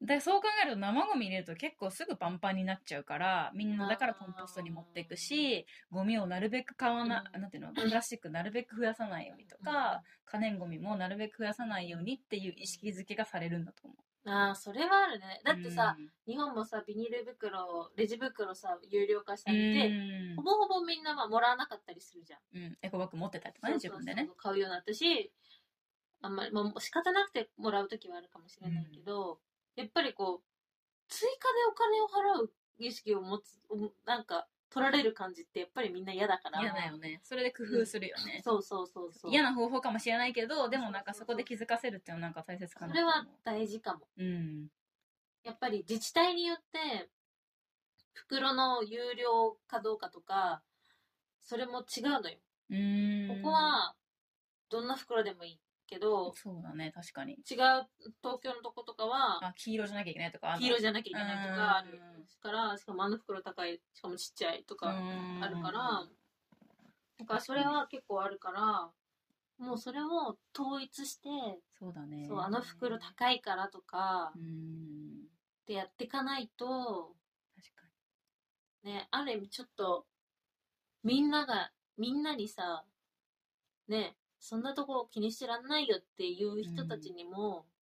[SPEAKER 2] で、そう考えると生ゴミ入れると結構すぐパンパンになっちゃうから、みんなだからコンポストに持っていくし、ゴミをなるべく買わな、
[SPEAKER 3] うん
[SPEAKER 2] なんていうの、プラスチックなるべく増やさないようにとか、可燃ゴミもなるべく増やさないようにっていう意識づけがされるんだと思う。
[SPEAKER 3] ああ、それはあるね。だってさ、
[SPEAKER 2] うん、
[SPEAKER 3] 日本もさ、ビニール袋、レジ袋さ、有料化してあげ
[SPEAKER 2] う
[SPEAKER 3] て、
[SPEAKER 2] ん
[SPEAKER 3] ほぼほぼみんなはもらわなかったりするじゃん。
[SPEAKER 2] うん、エコバッグ持ってたりとかね、
[SPEAKER 3] そう
[SPEAKER 2] 自
[SPEAKER 3] そう
[SPEAKER 2] 分でね
[SPEAKER 3] そう。買うようになったし、あんまり、まあ、仕方なくてもらうときはあるかもしれないけど、やっぱりこう、追加でお金を払う意識を持つ、おなんか、取られる感じってやっぱりみんな嫌だから。
[SPEAKER 2] 嫌だよね。それで工夫するよね。
[SPEAKER 3] そうそうそうそう。
[SPEAKER 2] 嫌な方法かもしれないけど、でもなんかそう
[SPEAKER 3] そうそそう
[SPEAKER 2] こで気づかせるっていうのはなんか大切か
[SPEAKER 3] そ
[SPEAKER 2] なと
[SPEAKER 3] れ
[SPEAKER 2] 思う。
[SPEAKER 3] は大事かも。
[SPEAKER 2] うん。
[SPEAKER 3] やっぱり自治体によって、袋の有料かどうかとか、それも違うのよ。
[SPEAKER 2] うん。
[SPEAKER 3] ここ、は、どんな袋でもいいけど、
[SPEAKER 2] そうだね、確かに。
[SPEAKER 3] 違う東京のとことかは、
[SPEAKER 2] あ、黄色じゃなきゃいけないとか。
[SPEAKER 3] 黄色じゃなきゃいけないとかある
[SPEAKER 2] うん
[SPEAKER 3] からしかもあの袋高いしかもちっちゃいとかあ
[SPEAKER 2] あ
[SPEAKER 3] るからだからそれは結構あるからもうそれを統一して
[SPEAKER 2] そうだね。
[SPEAKER 3] そうあの袋高いからとか
[SPEAKER 2] う
[SPEAKER 3] っ
[SPEAKER 2] ん。
[SPEAKER 3] てやっていかないと
[SPEAKER 2] 確か
[SPEAKER 3] ねある意味ちょっとみんながみんなにさねそんなとこ気にしてらんないよっていう人たちにも
[SPEAKER 2] に。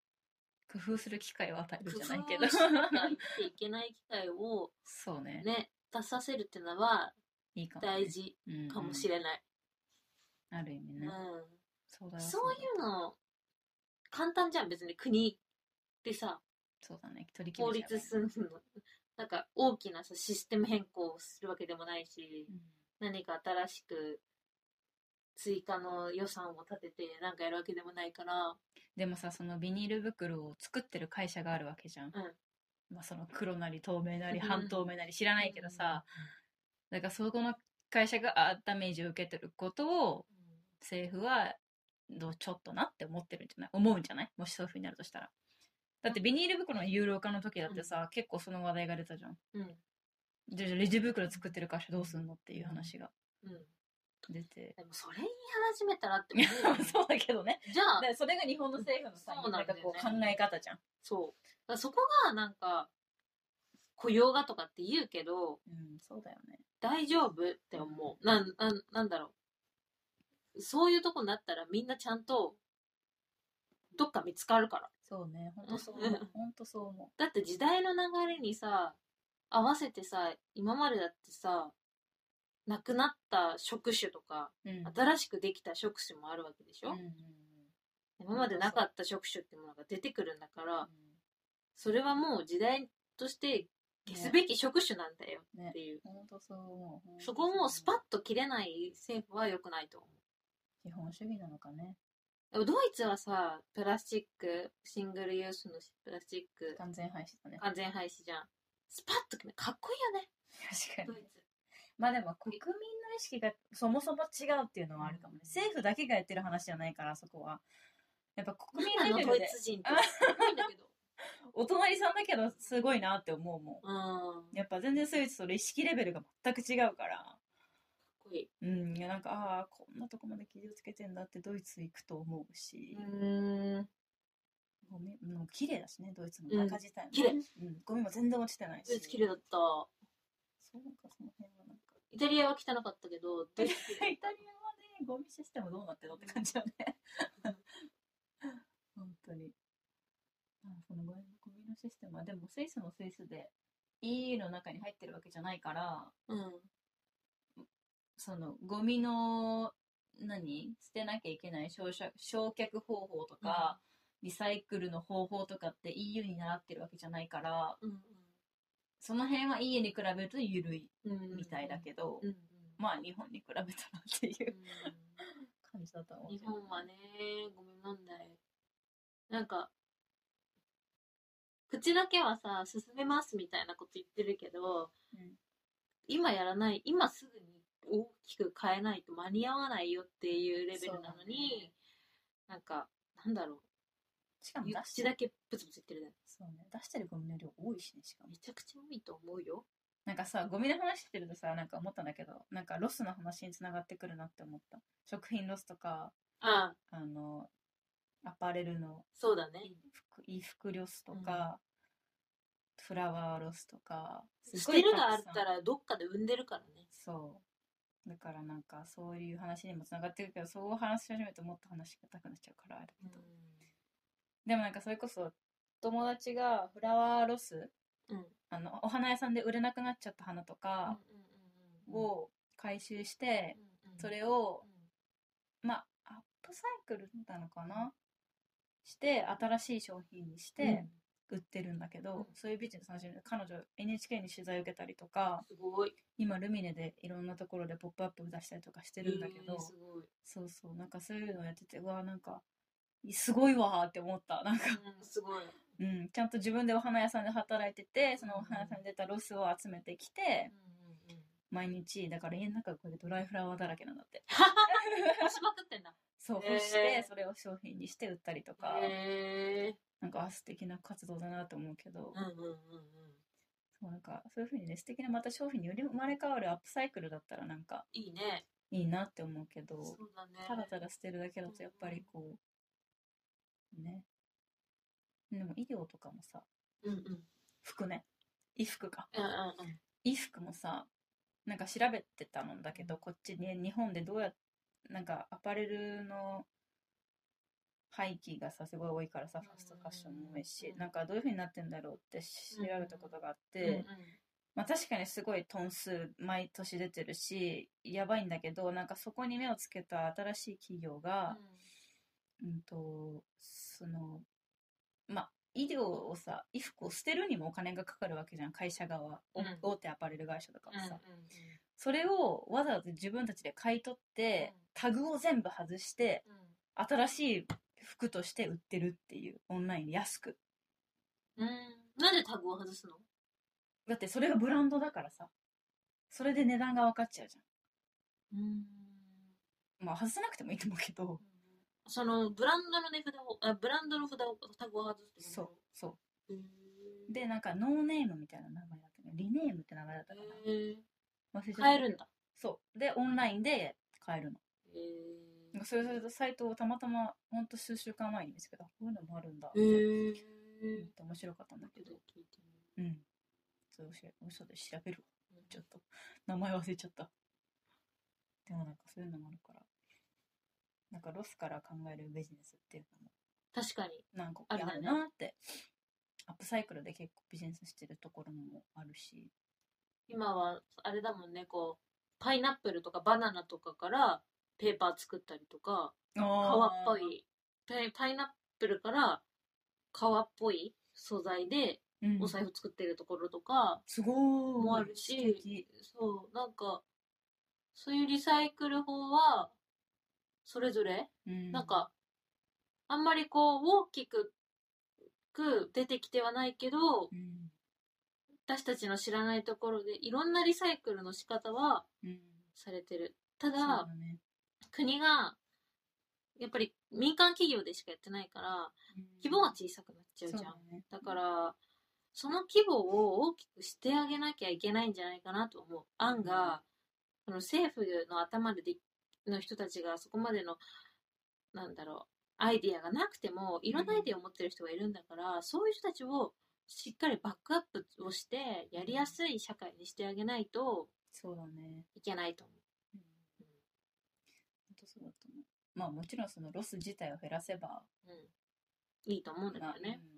[SPEAKER 2] 工夫する機会を与える
[SPEAKER 3] 工夫
[SPEAKER 2] じゃ
[SPEAKER 3] し
[SPEAKER 2] な
[SPEAKER 3] ないき
[SPEAKER 2] け
[SPEAKER 3] ゃ
[SPEAKER 2] ど。
[SPEAKER 3] 生きていけない機会を
[SPEAKER 2] そうね。
[SPEAKER 3] ね出させるってのはい
[SPEAKER 2] いかもね。
[SPEAKER 3] 大事
[SPEAKER 2] うん
[SPEAKER 3] かもしれない。
[SPEAKER 2] うん。ある意味ね。
[SPEAKER 3] う
[SPEAKER 2] そうだ
[SPEAKER 3] ん、
[SPEAKER 2] よ
[SPEAKER 3] そういうの簡単じゃん別に国でさ
[SPEAKER 2] そうだね。取り決
[SPEAKER 3] 法
[SPEAKER 2] めちゃえばい
[SPEAKER 3] 律
[SPEAKER 2] い
[SPEAKER 3] すんの なんか大きなさシステム変更をするわけでもないし
[SPEAKER 2] うん
[SPEAKER 3] 何か新しく追加の予算を立ててなんかやるわけでもないから
[SPEAKER 2] でもさそのビニール袋を作ってる会社があるわけじゃん、まあ、その黒なり透明なり
[SPEAKER 3] うん
[SPEAKER 2] 半透明なり知らないけどさ、だからそこの会社があダメージを受けてることを政府はどうちょっとなって思ってるんじゃない思うんじゃないもしそういうふうになるとしたらだってビニール袋の有料化の時だってさ、結構その話題が出たじゃん
[SPEAKER 3] うん
[SPEAKER 2] じゃあじゃあレジ袋作ってる会社どうすんのっていう話が
[SPEAKER 3] うん
[SPEAKER 2] 出て、
[SPEAKER 3] でもそれ言い始めたらって思うよね
[SPEAKER 2] そうだけどね
[SPEAKER 3] じゃあ
[SPEAKER 2] だからそれが日本の政府のさ
[SPEAKER 3] そうなんだよね
[SPEAKER 2] かこう考え方じゃん、
[SPEAKER 3] そうだからそこがなんか雇用がとかって言うけど
[SPEAKER 2] うん、そうだよね
[SPEAKER 3] 大丈夫って思うなんなんなんだろうそういうとこになったらみんなちゃんとどっか見つかるから
[SPEAKER 2] そうね、本当そう思う。本当そう思
[SPEAKER 3] だって時代の流れにさ合わせてさ今までだってさなくなった職種とか
[SPEAKER 2] う。うん
[SPEAKER 3] 新しくできた職種もあるわけでしょ、
[SPEAKER 2] うんうんうん
[SPEAKER 3] 今までなかった職種ってものが出てくるんだからそれはもう時代として消すべき職種なんだよっていう、
[SPEAKER 2] 本当そう思う。
[SPEAKER 3] そこをもうスパッ
[SPEAKER 2] ッ
[SPEAKER 3] と切れない政府は良くないと思う
[SPEAKER 2] 基本主義なのかね。
[SPEAKER 3] でもドイツはさプラスチックシングルユースのプラスチック
[SPEAKER 2] 完全廃止だね。
[SPEAKER 3] 完全廃止じゃんスパッと決めかっこいいよね
[SPEAKER 2] 確か
[SPEAKER 3] ド
[SPEAKER 2] に
[SPEAKER 3] イ。ツ
[SPEAKER 2] まあでも国民の意識がそもそも違うっていうのはあるかもね。政府だけがやってる話じゃないから、そこは。やっぱ国民
[SPEAKER 3] あ
[SPEAKER 2] レ
[SPEAKER 3] の
[SPEAKER 2] ベ
[SPEAKER 3] ド
[SPEAKER 2] ル
[SPEAKER 3] イ
[SPEAKER 2] で、
[SPEAKER 3] ツ人ってすごいんだけど
[SPEAKER 2] お隣さんだけどすごいなって思うも
[SPEAKER 3] うんか
[SPEAKER 2] ん。やっぱ全然スイーツと意識レベルが全く違うから。
[SPEAKER 3] っこいい
[SPEAKER 2] うん、いやなんか、ああ、こんなとこまで気をつけてんだってドイツ行くと思うし。
[SPEAKER 3] うん
[SPEAKER 2] ゴミもう綺麗だしねドイツ
[SPEAKER 3] う
[SPEAKER 2] の
[SPEAKER 3] ん
[SPEAKER 2] 中自体も、
[SPEAKER 3] 綺麗
[SPEAKER 2] うん、ゴミも全然落ちてないし
[SPEAKER 3] ドイツ綺麗だった
[SPEAKER 2] そうなんかその辺はなんか
[SPEAKER 3] イタリアは汚かったけどドイツ綺麗
[SPEAKER 2] イタリアはねゴミシステムどうなってるのって感じよね 本当にあそのゴミゴミのシステムはでもスイスもスイスで EU の中に入ってるわけじゃないから
[SPEAKER 3] うん
[SPEAKER 2] そのゴミの何捨てなきゃいけない焼却焼却方法とか、リサイクルの方法とかって EU に習ってるわけじゃないから
[SPEAKER 3] うん
[SPEAKER 2] その辺は EU に比べると緩い
[SPEAKER 3] うん
[SPEAKER 2] みたいだけど、
[SPEAKER 3] うん
[SPEAKER 2] まあ日本に比べたらっていううん感じだと思うけ
[SPEAKER 3] 日
[SPEAKER 2] ど
[SPEAKER 3] 本はねゴミ問題なんか口だけはさ進めますみたいなこと言ってるけど、
[SPEAKER 2] うん
[SPEAKER 3] 今やらない今すぐに大きく変えないと間に合わないよっていうレベルなの
[SPEAKER 2] そうだ
[SPEAKER 3] に、
[SPEAKER 2] ね
[SPEAKER 3] なんかなんだろ
[SPEAKER 2] しかも
[SPEAKER 3] う
[SPEAKER 2] 出
[SPEAKER 3] 口
[SPEAKER 2] して
[SPEAKER 3] だけブツブツ言ってるだけ
[SPEAKER 2] そう、ね、出してるゴミの量多いしねしかも
[SPEAKER 3] めちゃくちゃ多いと思うよ
[SPEAKER 2] なんかさゴミの話してるとさなんか思ったんだけどなんかロスの話につながってくるなって思った食品ロスとか
[SPEAKER 3] ああ
[SPEAKER 2] あのアパレルの
[SPEAKER 3] そうだね
[SPEAKER 2] 服衣服ロスとか、フラワーロスとか
[SPEAKER 3] 捨てるがあ
[SPEAKER 2] あ
[SPEAKER 3] るからどっかで産んでるからね
[SPEAKER 2] そうだからなんかそういう話にもつながってくるけどそう話し始めるともっと話がたくなっちゃうからあれだけど、でもなんかそれこそ友達がフラワーロス
[SPEAKER 3] うんうん
[SPEAKER 2] あのお花屋さんで売れなくなっちゃった花とか
[SPEAKER 3] うんうん
[SPEAKER 2] を回収して、
[SPEAKER 3] うんうん
[SPEAKER 2] それを
[SPEAKER 3] うん
[SPEAKER 2] まあアップサイクルなのかなして新しい商品にして、売ってるんだけど、
[SPEAKER 3] うん
[SPEAKER 2] そういうビジネスの始め彼女 NHK に取材受けたりとか
[SPEAKER 3] すごい
[SPEAKER 2] 今ルミネでいろんなところで「ポップアップ出したりとかしてるんだけど、
[SPEAKER 3] えーすごい
[SPEAKER 2] そうそうなんかそういうのやっててうわなんかすごいわーって思ったなんか、
[SPEAKER 3] うんすごい
[SPEAKER 2] うん、ちゃんと自分でお花屋さんで働いててその
[SPEAKER 3] うん
[SPEAKER 2] お花屋さんに出たロスを集めてきて 毎日だから家の中がこれドライフラワーだらけなんだって
[SPEAKER 3] 干しまくってんだ
[SPEAKER 2] そう
[SPEAKER 3] へー
[SPEAKER 2] 干してそれを商品にして売ったりとか、
[SPEAKER 3] へえ
[SPEAKER 2] なんかあ素敵な活動だなと思うけど、
[SPEAKER 3] うんうんうんうん
[SPEAKER 2] そうなんかそういうふうにね素敵なまた商品により生まれ変わるアップサイクルだったらなんか
[SPEAKER 3] いいね
[SPEAKER 2] いいなって思うけど
[SPEAKER 3] そうだね
[SPEAKER 2] ただただ捨てるだけだとやっぱりこうねでも医療とかもさ
[SPEAKER 3] うんうんうん
[SPEAKER 2] 服ね衣服か
[SPEAKER 3] うんうん
[SPEAKER 2] 衣服もさなんか調べてたんだけどこっちね日本でどうやっなんかアパレルの廃棄がさすごい多いからさ
[SPEAKER 3] うん
[SPEAKER 2] ファストファッションも多いし
[SPEAKER 3] うん
[SPEAKER 2] なんかどういうふうになってんだろうってし調べたことがあって、
[SPEAKER 3] うんうん
[SPEAKER 2] まあ、確かにすごいトン数毎年出てるしやばいんだけどなんかそこに目をつけた新しい企業が、うん、とそのまあ医療をさ衣服を捨てるにもお金がかかるわけじゃん会社側、お
[SPEAKER 3] うん
[SPEAKER 2] 大手アパレル会社とかもさ、
[SPEAKER 3] うんうん
[SPEAKER 2] それをわざわざ自分たちで買い取って、
[SPEAKER 3] うん
[SPEAKER 2] タグを全部外して新しい服として売ってるっていうオンラインで安く
[SPEAKER 3] うんうんなんでタグを外すの
[SPEAKER 2] だってそれがブランドだからさそれで値段が分かっちゃうじ
[SPEAKER 3] うん
[SPEAKER 2] ゃんまあ外さなくてもいいと思うけど、
[SPEAKER 3] そのブランドの値札をあブランドの札をタグを外すってこと
[SPEAKER 2] そうそ
[SPEAKER 3] へ
[SPEAKER 2] うでなんかノーネームみたいな名前だったねリネームって名前だったか
[SPEAKER 3] えへ
[SPEAKER 2] な忘れ
[SPEAKER 3] え
[SPEAKER 2] ちゃ
[SPEAKER 3] 買え
[SPEAKER 2] った
[SPEAKER 3] るんだ
[SPEAKER 2] そうでオンラインで買えるの
[SPEAKER 3] へ
[SPEAKER 2] なんかそれそれとサイトをたまたまほんと数週間前に見つけたこういうのもあるんだ
[SPEAKER 3] えへえ
[SPEAKER 2] 思って面白かったんだけどうんそう教え嘘で調べるわちょっと名前忘れちゃったでもなんかそういうのもあるからなんかロスから考えるビジネスっていうのも
[SPEAKER 3] 確かに
[SPEAKER 2] なんか
[SPEAKER 3] あ
[SPEAKER 2] あ
[SPEAKER 3] る
[SPEAKER 2] る
[SPEAKER 3] だね
[SPEAKER 2] なってアップサイクルで結構ビジネスしてるところもあるし
[SPEAKER 3] 今はあれだもんねこうパイナップルとかバナナとかからペーパー作ったりとか
[SPEAKER 2] 皮っ
[SPEAKER 3] 皮っぽいパイパイナップルから皮っぽい素材で
[SPEAKER 2] うん
[SPEAKER 3] お財布作ってるところとか
[SPEAKER 2] すごい
[SPEAKER 3] もあるし、
[SPEAKER 2] 素敵
[SPEAKER 3] そうなんかそういうリサイクル法はそれぞれ
[SPEAKER 2] うん
[SPEAKER 3] なんか、あんまりこう大きくく出てきてはないけど
[SPEAKER 2] うん
[SPEAKER 3] 私たちの知らないところでいろんなリサイクルの仕方は
[SPEAKER 2] うん
[SPEAKER 3] されてるた
[SPEAKER 2] そう
[SPEAKER 3] だ
[SPEAKER 2] だね
[SPEAKER 3] 国がやっぱり民間企業でしかやってないから規模が小さくなっちゃうじゃ
[SPEAKER 2] そ
[SPEAKER 3] ん
[SPEAKER 2] うだね
[SPEAKER 3] だからその規模を大きくしてあげなきゃいけないんじゃないかなと思う案が、あの政府の頭ででの人たちがそこまでのなんだろうアイディアがなくてもいろんなアイディアを持ってる人がいるんだから、そういう人たちをしっかりバックアップをしてやりやすい社会にしてあげないと
[SPEAKER 2] そうだね
[SPEAKER 3] いけないと思う。
[SPEAKER 2] うん本当そうだと思うまあもちろんそのロス自体を減らせば
[SPEAKER 3] うん、いいと思うんだけ
[SPEAKER 2] まあ
[SPEAKER 3] どね。
[SPEAKER 2] うん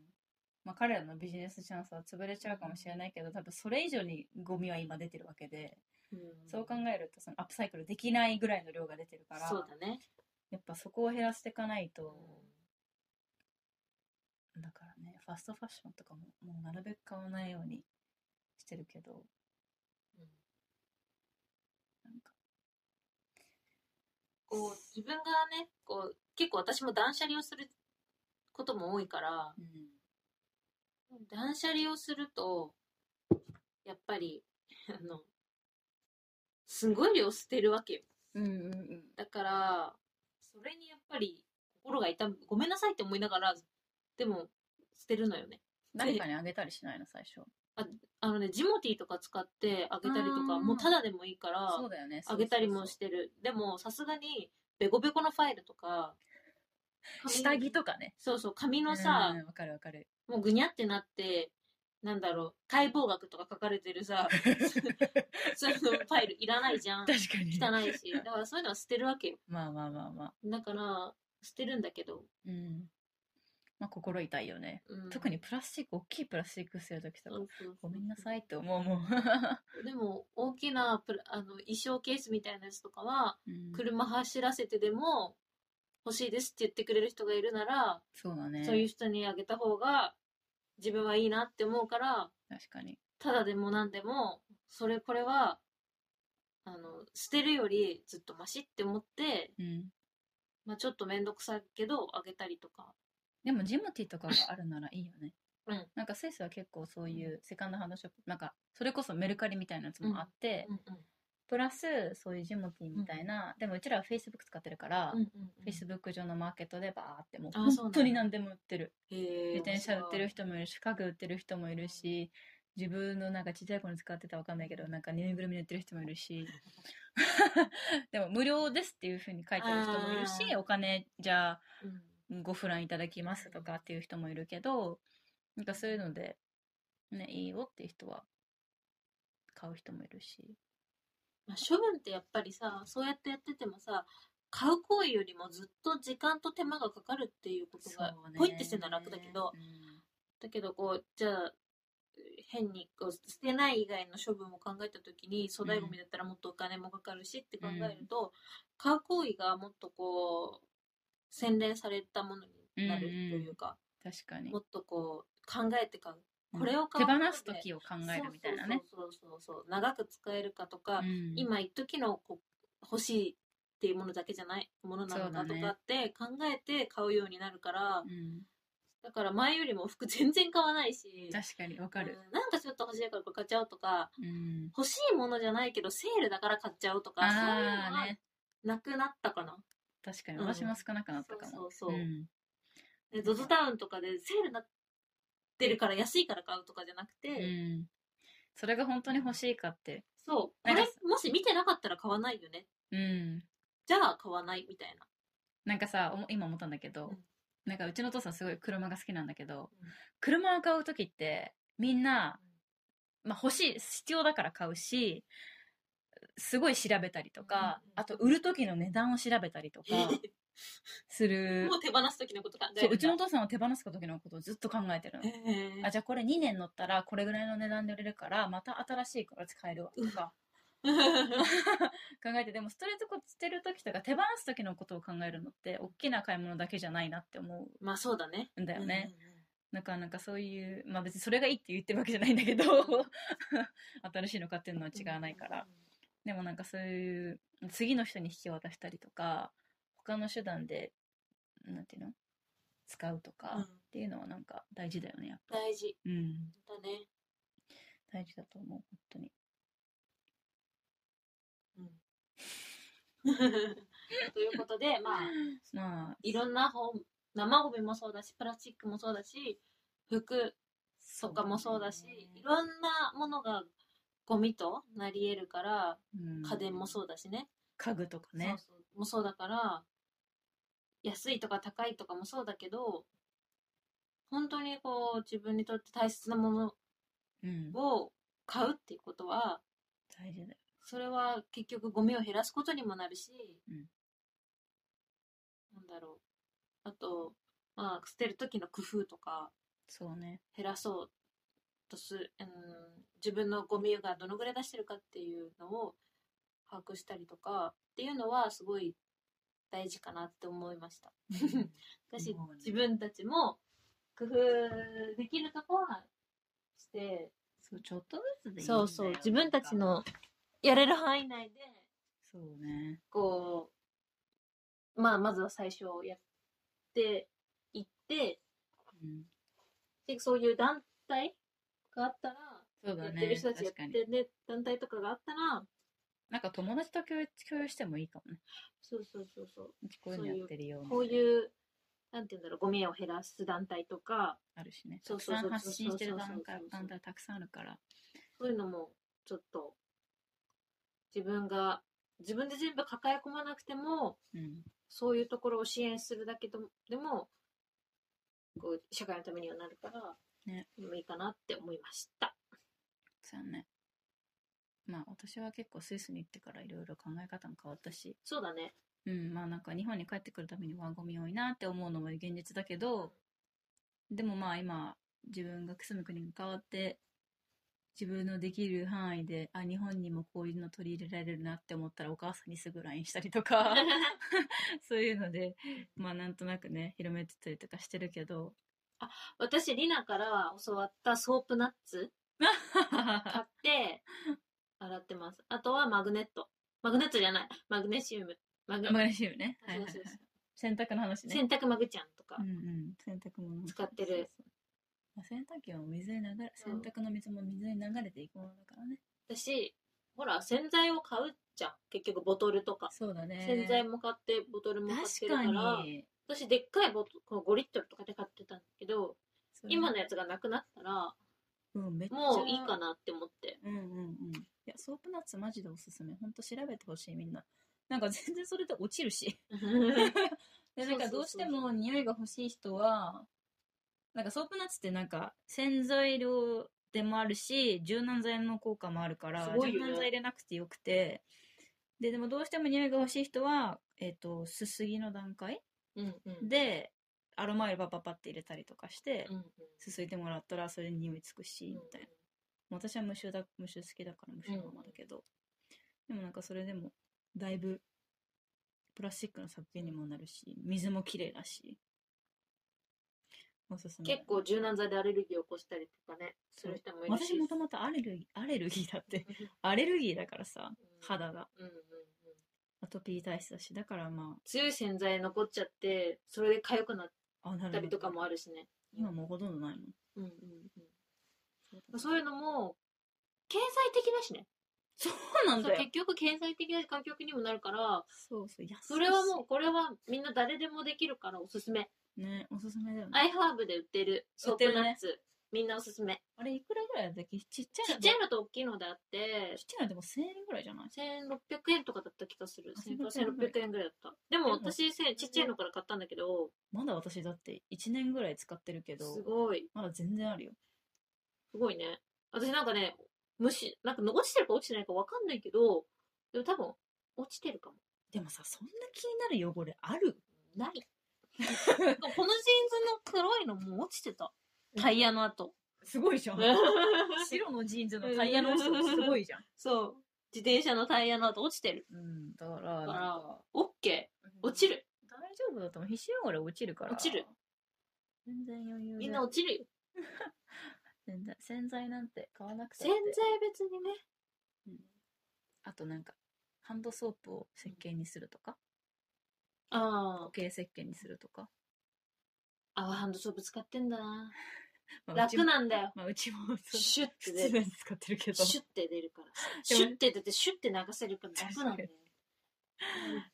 [SPEAKER 2] まあ、彼らのビジネスチャンスは潰れちゃうかもしれないけど多分それ以上にゴミは今出てるわけで、
[SPEAKER 3] うん
[SPEAKER 2] そう考えるとそのアップサイクルできないぐらいの量が出てるから
[SPEAKER 3] そうだね。
[SPEAKER 2] やっぱそこを減らしていかないと、だからねファストファッションとかももうなるべく買わないようにしてるけど
[SPEAKER 3] うん
[SPEAKER 2] なんか
[SPEAKER 3] こう自分がねこう結構私も断捨離をすることも多いから
[SPEAKER 2] うん
[SPEAKER 3] 断捨離をするとやっぱりあのすごい量捨てるわけよ
[SPEAKER 2] うんうんうん
[SPEAKER 3] だからそれにやっぱり心が痛むごめんなさいって思いながらでも捨てるのよね
[SPEAKER 2] 誰かにあげたりしないの最初
[SPEAKER 3] あのねジモティーとか使ってあげたりとか
[SPEAKER 2] あー
[SPEAKER 3] もうただでもいいから
[SPEAKER 2] そうだよね
[SPEAKER 3] あげたりもしててるでもさすがにベコベコのファイルとか髪
[SPEAKER 2] 下着とかね
[SPEAKER 3] そうそう紙のさ、
[SPEAKER 2] うんわかるわか る
[SPEAKER 3] もうぐにゃってなって、なんだろう、解剖学とか書かれて るさ、そういうのファイルいらないじゃん。
[SPEAKER 2] 確かに
[SPEAKER 3] 汚 いし。だからそういうのは捨てるわけよ。
[SPEAKER 2] まあまあまあまあ
[SPEAKER 3] だから、捨てるんだけど、
[SPEAKER 2] うんまあ、心痛いよね。
[SPEAKER 3] うん
[SPEAKER 2] 特にプラスチック、大きいプラスチック捨てるときと
[SPEAKER 3] そ
[SPEAKER 2] か
[SPEAKER 3] う、そうそう
[SPEAKER 2] ごめんなさいって思うもん。
[SPEAKER 3] でも大きなプラあの衣装ケースみたいなやつとかは
[SPEAKER 2] うん
[SPEAKER 3] 車走らせてでも欲しいですって言ってくれる人がいるなら、
[SPEAKER 2] そうだね。
[SPEAKER 3] そういう人にあげた方が自分はいいなって思うから
[SPEAKER 2] 確かに。
[SPEAKER 3] ただでもなんでもそれこれはあの捨てるよりずっとマシって思って、
[SPEAKER 2] うん。
[SPEAKER 3] まあ、ちょっと面倒くさいけどあげたりとか
[SPEAKER 2] でもジムティーとかがあるならいいよね。
[SPEAKER 3] うん
[SPEAKER 2] なんかスイスは結構そういうセカンドハンドショップ、なんかそれこそメルカリみたいなやつもあって、
[SPEAKER 3] うん
[SPEAKER 2] プラスそういうジムティーみたいな、でもうちらは Facebook 使ってるから、
[SPEAKER 3] うんうんうんうん
[SPEAKER 2] Facebook 上のマーケットでバーってもう
[SPEAKER 3] あそうなんだ
[SPEAKER 2] 本当に何でも売ってる。
[SPEAKER 3] へー
[SPEAKER 2] 自転車売ってる人もいるし、家具売ってる人もいるし、自分のなんかちっちゃい頃に使ってたわかんないけど、なんかぬいぐるみで売ってる人もいるし、 でも無料ですっていうふうに書いてる人もいるし、
[SPEAKER 3] あー
[SPEAKER 2] お金じゃあ
[SPEAKER 3] うん
[SPEAKER 2] ごフランいただきますとかっていう人もいるけど、なんかそういうので、ね、いいよっていう人は買う人もいるし。
[SPEAKER 3] まあ、処分ってやっぱりさそうやってやっててもさ買う行為よりもずっと時間と手間がかかるっていうことがポイってしてるのは楽だけど、だけどこうじゃあ変にこう捨てない以外の処分を考えた時に粗大ごみだったらもっとお金もかかるしって考えると、買う行為がもっとこう洗練されたものになるというか、
[SPEAKER 2] 確かに
[SPEAKER 3] も。っとこう考えて買うこれを買
[SPEAKER 2] 手
[SPEAKER 3] うこ
[SPEAKER 2] 放
[SPEAKER 3] とです
[SPEAKER 2] 時を考えるみたいなね。
[SPEAKER 3] そうそうそうそうそう長く使えるかとか、
[SPEAKER 2] うん
[SPEAKER 3] 今一時のこう欲しいっていうものだけじゃないものなのか
[SPEAKER 2] そうだ
[SPEAKER 3] と
[SPEAKER 2] ね
[SPEAKER 3] かって考えて買うようになるからだ,、
[SPEAKER 2] うん
[SPEAKER 3] から前よりも服全然買わないし
[SPEAKER 2] 確かにわかる。
[SPEAKER 3] うんなんかちょっと欲しいからこれ買っちゃおうとか
[SPEAKER 2] うん。
[SPEAKER 3] 欲しいものじゃないけどセールだから買っちゃおうとかそういう
[SPEAKER 2] あ
[SPEAKER 3] の
[SPEAKER 2] あ
[SPEAKER 3] は
[SPEAKER 2] ね。
[SPEAKER 3] なくなったかな、
[SPEAKER 2] 確かに
[SPEAKER 3] うん
[SPEAKER 2] 私も少なくなったかも。
[SPEAKER 3] そうそうそ
[SPEAKER 2] う
[SPEAKER 3] う
[SPEAKER 2] ん
[SPEAKER 3] でゾゾタウンとかでセールなってるから安いから買うとかじゃなくて、
[SPEAKER 2] うんそれが本当に欲しいかって。
[SPEAKER 3] そう
[SPEAKER 2] な
[SPEAKER 3] こ
[SPEAKER 2] んか
[SPEAKER 3] れもし見てなかったら買わないよね
[SPEAKER 2] うん。
[SPEAKER 3] じゃあ買わないみたいな
[SPEAKER 2] なんかさおも今思ったんだけど、
[SPEAKER 3] うん
[SPEAKER 2] なんかうちのお父さんすごい車が好きなんだけど、
[SPEAKER 3] うん
[SPEAKER 2] 車を買う時ってみんな、まあ、欲しい必要だから買うしすごい調べたりとか、
[SPEAKER 3] うんうん
[SPEAKER 2] あと売る時の値段を調べたりとかする
[SPEAKER 3] もう手放す時のこと考え
[SPEAKER 2] そ
[SPEAKER 3] る
[SPEAKER 2] ううちのお父さんは手放す時のことをずっと考えてるの。あじゃあこれ2年乗ったらこれぐらいの値段で売れるからまた新しいから使えるわとか 考えてでもストレートコート捨てる時とか手放す時のことを考えるのって大きな買い物だけじゃないなって思
[SPEAKER 3] まあそうだね
[SPEAKER 2] うんだよね、
[SPEAKER 3] うんうんうん
[SPEAKER 2] なかなかそういうまあ別にそれがいいって言ってるわけじゃないんだけど 新しいの買ってるのは違わないから、でもなんかそういう次の人に引き渡したりとか他の手段でなんていうの使うとか
[SPEAKER 3] うんうん
[SPEAKER 2] っていうのはなんか大事だよねやっぱ、
[SPEAKER 3] 大事
[SPEAKER 2] うん、
[SPEAKER 3] だね
[SPEAKER 2] 大事だと思う本当に。
[SPEAKER 3] ということでまあ
[SPEAKER 2] まあ
[SPEAKER 3] いろんな本生ゴミもそうだしプラスチックもそうだし服とかもそうだしいろんなものがゴミとなり得るから
[SPEAKER 2] うん
[SPEAKER 3] 家電もそうだしね,、
[SPEAKER 2] 家具とかね
[SPEAKER 3] そうそうもそうだから安いとか高いとかもそうだけど本当にこう自分にとって大切なも
[SPEAKER 2] うん
[SPEAKER 3] のを買うっていうことは
[SPEAKER 2] 大事だよ
[SPEAKER 3] それは結局ゴミを減らすことにもなるし、
[SPEAKER 2] うん
[SPEAKER 3] なんだろうあと、まあ、捨てる時の工夫とか
[SPEAKER 2] そうね
[SPEAKER 3] 減らそうとす、うん、自分のゴミがどのぐらい出してるかっていうのを把握したりとかっていうのはすごい大事かなって思いました。私
[SPEAKER 2] 思うね
[SPEAKER 3] 自分たちも工夫できるとこはして
[SPEAKER 2] そうちょっとずつでいいんだよ
[SPEAKER 3] そうそう自分たちのやれる範囲内で
[SPEAKER 2] そうね
[SPEAKER 3] こう、まあ、まずは最初やっていって、
[SPEAKER 2] うん
[SPEAKER 3] で、そういう団体があったら、
[SPEAKER 2] そう
[SPEAKER 3] や
[SPEAKER 2] だ
[SPEAKER 3] ってる
[SPEAKER 2] ね
[SPEAKER 3] 人たちや
[SPEAKER 2] 確
[SPEAKER 3] っ
[SPEAKER 2] か
[SPEAKER 3] て
[SPEAKER 2] に
[SPEAKER 3] るね、団体とかがあったら、
[SPEAKER 2] なんか友達と共有共有してもいいかもね
[SPEAKER 3] そうそうそうそう
[SPEAKER 2] ちこういうのやってるよ
[SPEAKER 3] う、こう
[SPEAKER 2] う
[SPEAKER 3] いう、なんていうんだろう、ゴミを減らす団体とか、
[SPEAKER 2] あるしねた
[SPEAKER 3] そう
[SPEAKER 2] く
[SPEAKER 3] そう
[SPEAKER 2] さ
[SPEAKER 3] そ
[SPEAKER 2] ん
[SPEAKER 3] う
[SPEAKER 2] 発信してる段
[SPEAKER 3] そう
[SPEAKER 2] 階
[SPEAKER 3] そうそう
[SPEAKER 2] 団体たくさんあるから
[SPEAKER 3] そういうのも、ちょっと、自分が、自分で全部抱え込まなくても、
[SPEAKER 2] うん
[SPEAKER 3] そういうところを支援するだけでも、でもこう社会のためにはなるから、
[SPEAKER 2] ね
[SPEAKER 3] でもいいかなって思いました。
[SPEAKER 2] そうやねまあ私は結構スイスに行ってからいろいろ考え方も変わったし
[SPEAKER 3] そうだね。
[SPEAKER 2] うん、まあなんか日本に帰ってくるためにはゴミ多いなって思うのも現実だけど、でもまあ今自分が住む国が変わって自分のできる範囲であ日本にもこういうの取り入れられるなって思ったらお母さんにすぐ LINE したりと か そういうのでまあなんとなくね広めてたりとかしてるけど
[SPEAKER 3] 私、リナから教わったソープナッツ買 って、洗ってます。あとはマグネット。マグネットじゃない。マグネシウム。マグ
[SPEAKER 2] マグネシウムね、はい
[SPEAKER 3] そう
[SPEAKER 2] はい
[SPEAKER 3] そう
[SPEAKER 2] はい
[SPEAKER 3] そう
[SPEAKER 2] 洗濯の話ね
[SPEAKER 3] 洗濯マグちゃんとか
[SPEAKER 2] うん。うん、洗濯物も
[SPEAKER 3] 使ってる
[SPEAKER 2] そうそうまあ洗濯機は水に流れ
[SPEAKER 3] そ
[SPEAKER 2] 洗
[SPEAKER 3] う
[SPEAKER 2] 濯の水も水に流れていくものだからね
[SPEAKER 3] 私、ほら、洗剤を買うじゃん。結局、ボトルとか。
[SPEAKER 2] そうだね
[SPEAKER 3] 洗剤も買って、ボトルも買っ
[SPEAKER 2] 確
[SPEAKER 3] てる
[SPEAKER 2] か
[SPEAKER 3] から、
[SPEAKER 2] に
[SPEAKER 3] 私、でっかいボトル、この5リットルとかで買ってたんだけど、
[SPEAKER 2] それ
[SPEAKER 3] 今のやつがなくなったら、
[SPEAKER 2] うんめっちゃ
[SPEAKER 3] もういいかなって思って。
[SPEAKER 2] うんうんうんいやソープナッツマジでおすすめほんと調べてほしいみんななんか全然それで落ちるしでなんかど
[SPEAKER 3] そうそうそう
[SPEAKER 2] うしても匂いが欲しい人はなんかソープナッツってなんか洗剤量でもあるし柔軟剤の効果もあるから、
[SPEAKER 3] すごい
[SPEAKER 2] 柔
[SPEAKER 3] よね
[SPEAKER 2] 軟剤入れなくてよくてででもどうしても匂いが欲しい人は、えっとすすぎの段階
[SPEAKER 3] うんうん。
[SPEAKER 2] でアロマオイルパパパって入れたりとかして、
[SPEAKER 3] うんうん、
[SPEAKER 2] すすいてもらったらそれに匂いつくしみたいな。私は無臭だ無臭好きだから無臭のままだけど、でもなんかそれでもだいぶプラスチックの削減にもなるし水もきれいだしおすすめだ
[SPEAKER 3] 結構柔軟剤でアレルギーを起こしたりとかね、する人もいるし。
[SPEAKER 2] 私もともとアレルギーアレルギーだってアレルギーだからさ肌が
[SPEAKER 3] うんうんうん
[SPEAKER 2] アトピー体質だしだからま
[SPEAKER 3] 強い洗剤残っちゃって、それで痒くなっ
[SPEAKER 2] ああな
[SPEAKER 3] た
[SPEAKER 2] る
[SPEAKER 3] り
[SPEAKER 2] ほ
[SPEAKER 3] とか
[SPEAKER 2] ど
[SPEAKER 3] もあるしね。
[SPEAKER 2] 今もうほとんどないもん
[SPEAKER 3] うんうんうん。そういうのも、経済的だしね。
[SPEAKER 2] そうなん
[SPEAKER 3] そう
[SPEAKER 2] だ
[SPEAKER 3] 結
[SPEAKER 2] よ
[SPEAKER 3] 局経済的な環境にもなるから、
[SPEAKER 2] そうそう安いし
[SPEAKER 3] それはもう、これはみんな誰でもできるからおすすめ。
[SPEAKER 2] ねおすすめだよね
[SPEAKER 3] アイハーブで売ってるソープナッツ、みんなおすすめ。
[SPEAKER 2] あれいくらぐらいだっけちっちゃい
[SPEAKER 3] ち
[SPEAKER 2] の
[SPEAKER 3] っちゃいのと大きいのであって
[SPEAKER 2] ちっ、ちゃいのでも1000円ぐらいじゃない
[SPEAKER 3] 1600円とかだった気がする。
[SPEAKER 2] あ
[SPEAKER 3] 1600
[SPEAKER 2] 1600
[SPEAKER 3] 円ぐらいだった。でも
[SPEAKER 2] も
[SPEAKER 3] 私、せちっちゃいのから買ったんだけど、
[SPEAKER 2] まだ私だって1年ぐらい使ってるけど、
[SPEAKER 3] すごい。
[SPEAKER 2] まだ全然あるよ。
[SPEAKER 3] すごいね。私なんかね、虫、なんか落ちてるか落ちてないかわかんないけど、でも多分、落ちてるかも。
[SPEAKER 2] でもさ、そんな気になる汚れある
[SPEAKER 3] ない。 このジーンズの黒いのもう落ちてた。タイヤの跡。
[SPEAKER 2] すごい じゃん。白のジーンズのタイヤの落ち度すごいじゃん。
[SPEAKER 3] そう。自転車のタイヤの跡落ちてる。
[SPEAKER 2] うん、だから、
[SPEAKER 3] だから、オッケー。落ち
[SPEAKER 2] る。
[SPEAKER 3] る。
[SPEAKER 2] 大丈夫だと思う。皮脂汚れ落ちるから。
[SPEAKER 3] 落ちる。
[SPEAKER 2] 全然余裕で。
[SPEAKER 3] みんな落ちるよ。
[SPEAKER 2] 全然洗剤なんて買わなくて。
[SPEAKER 3] 洗剤別にね。
[SPEAKER 2] あとなんか、ハンドソープを石鹸にするとか、
[SPEAKER 3] あ
[SPEAKER 2] 固形石鹸にするとか。
[SPEAKER 3] あ。泡ハンドソープ使ってんだな。
[SPEAKER 2] まあうち
[SPEAKER 3] 楽
[SPEAKER 2] も
[SPEAKER 3] なんだよ。
[SPEAKER 2] まあ、うちも、 そう
[SPEAKER 3] シュッて
[SPEAKER 2] 普
[SPEAKER 3] 出
[SPEAKER 2] 通
[SPEAKER 3] る。
[SPEAKER 2] に使ってるけど。
[SPEAKER 3] シュッて出るから。シュッて出て、シュッて流せるから楽なんだよ。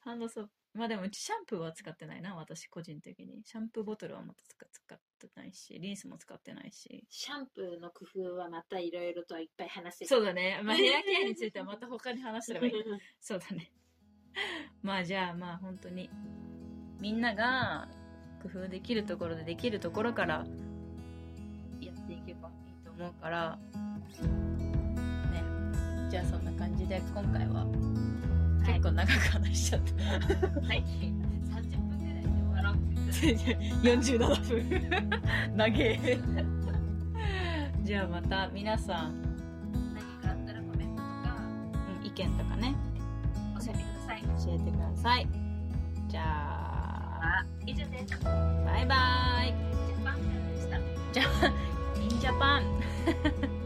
[SPEAKER 2] ハンドソープ。まあでもうちシャンプーは使ってないな、私個人的に。シャンプーボトルはまた使使ってないし、リンスも使ってないし。
[SPEAKER 3] シャンプーの工夫はまたいろいろといっぱい話せる。
[SPEAKER 2] そうだね。まあヘアケアについてはまた他に話すればいい。そうだね。まあじゃあまあ本当に、みんなが工夫できるところでできるところからやっていけばいいと思うから、ね。じゃあそんな感じで今回は
[SPEAKER 3] はい
[SPEAKER 2] 結構長く話しちゃった。
[SPEAKER 3] はい。30分ぐらいで終わろう。
[SPEAKER 2] 47分長えじゃあまた皆さん
[SPEAKER 3] 何かあったらコメントとか
[SPEAKER 2] うん意見とかね
[SPEAKER 3] 教えてください。
[SPEAKER 2] 教えてくださいじゃあ
[SPEAKER 3] 以上です。
[SPEAKER 2] バイバイ
[SPEAKER 3] ジャパンでした。
[SPEAKER 2] インジャパン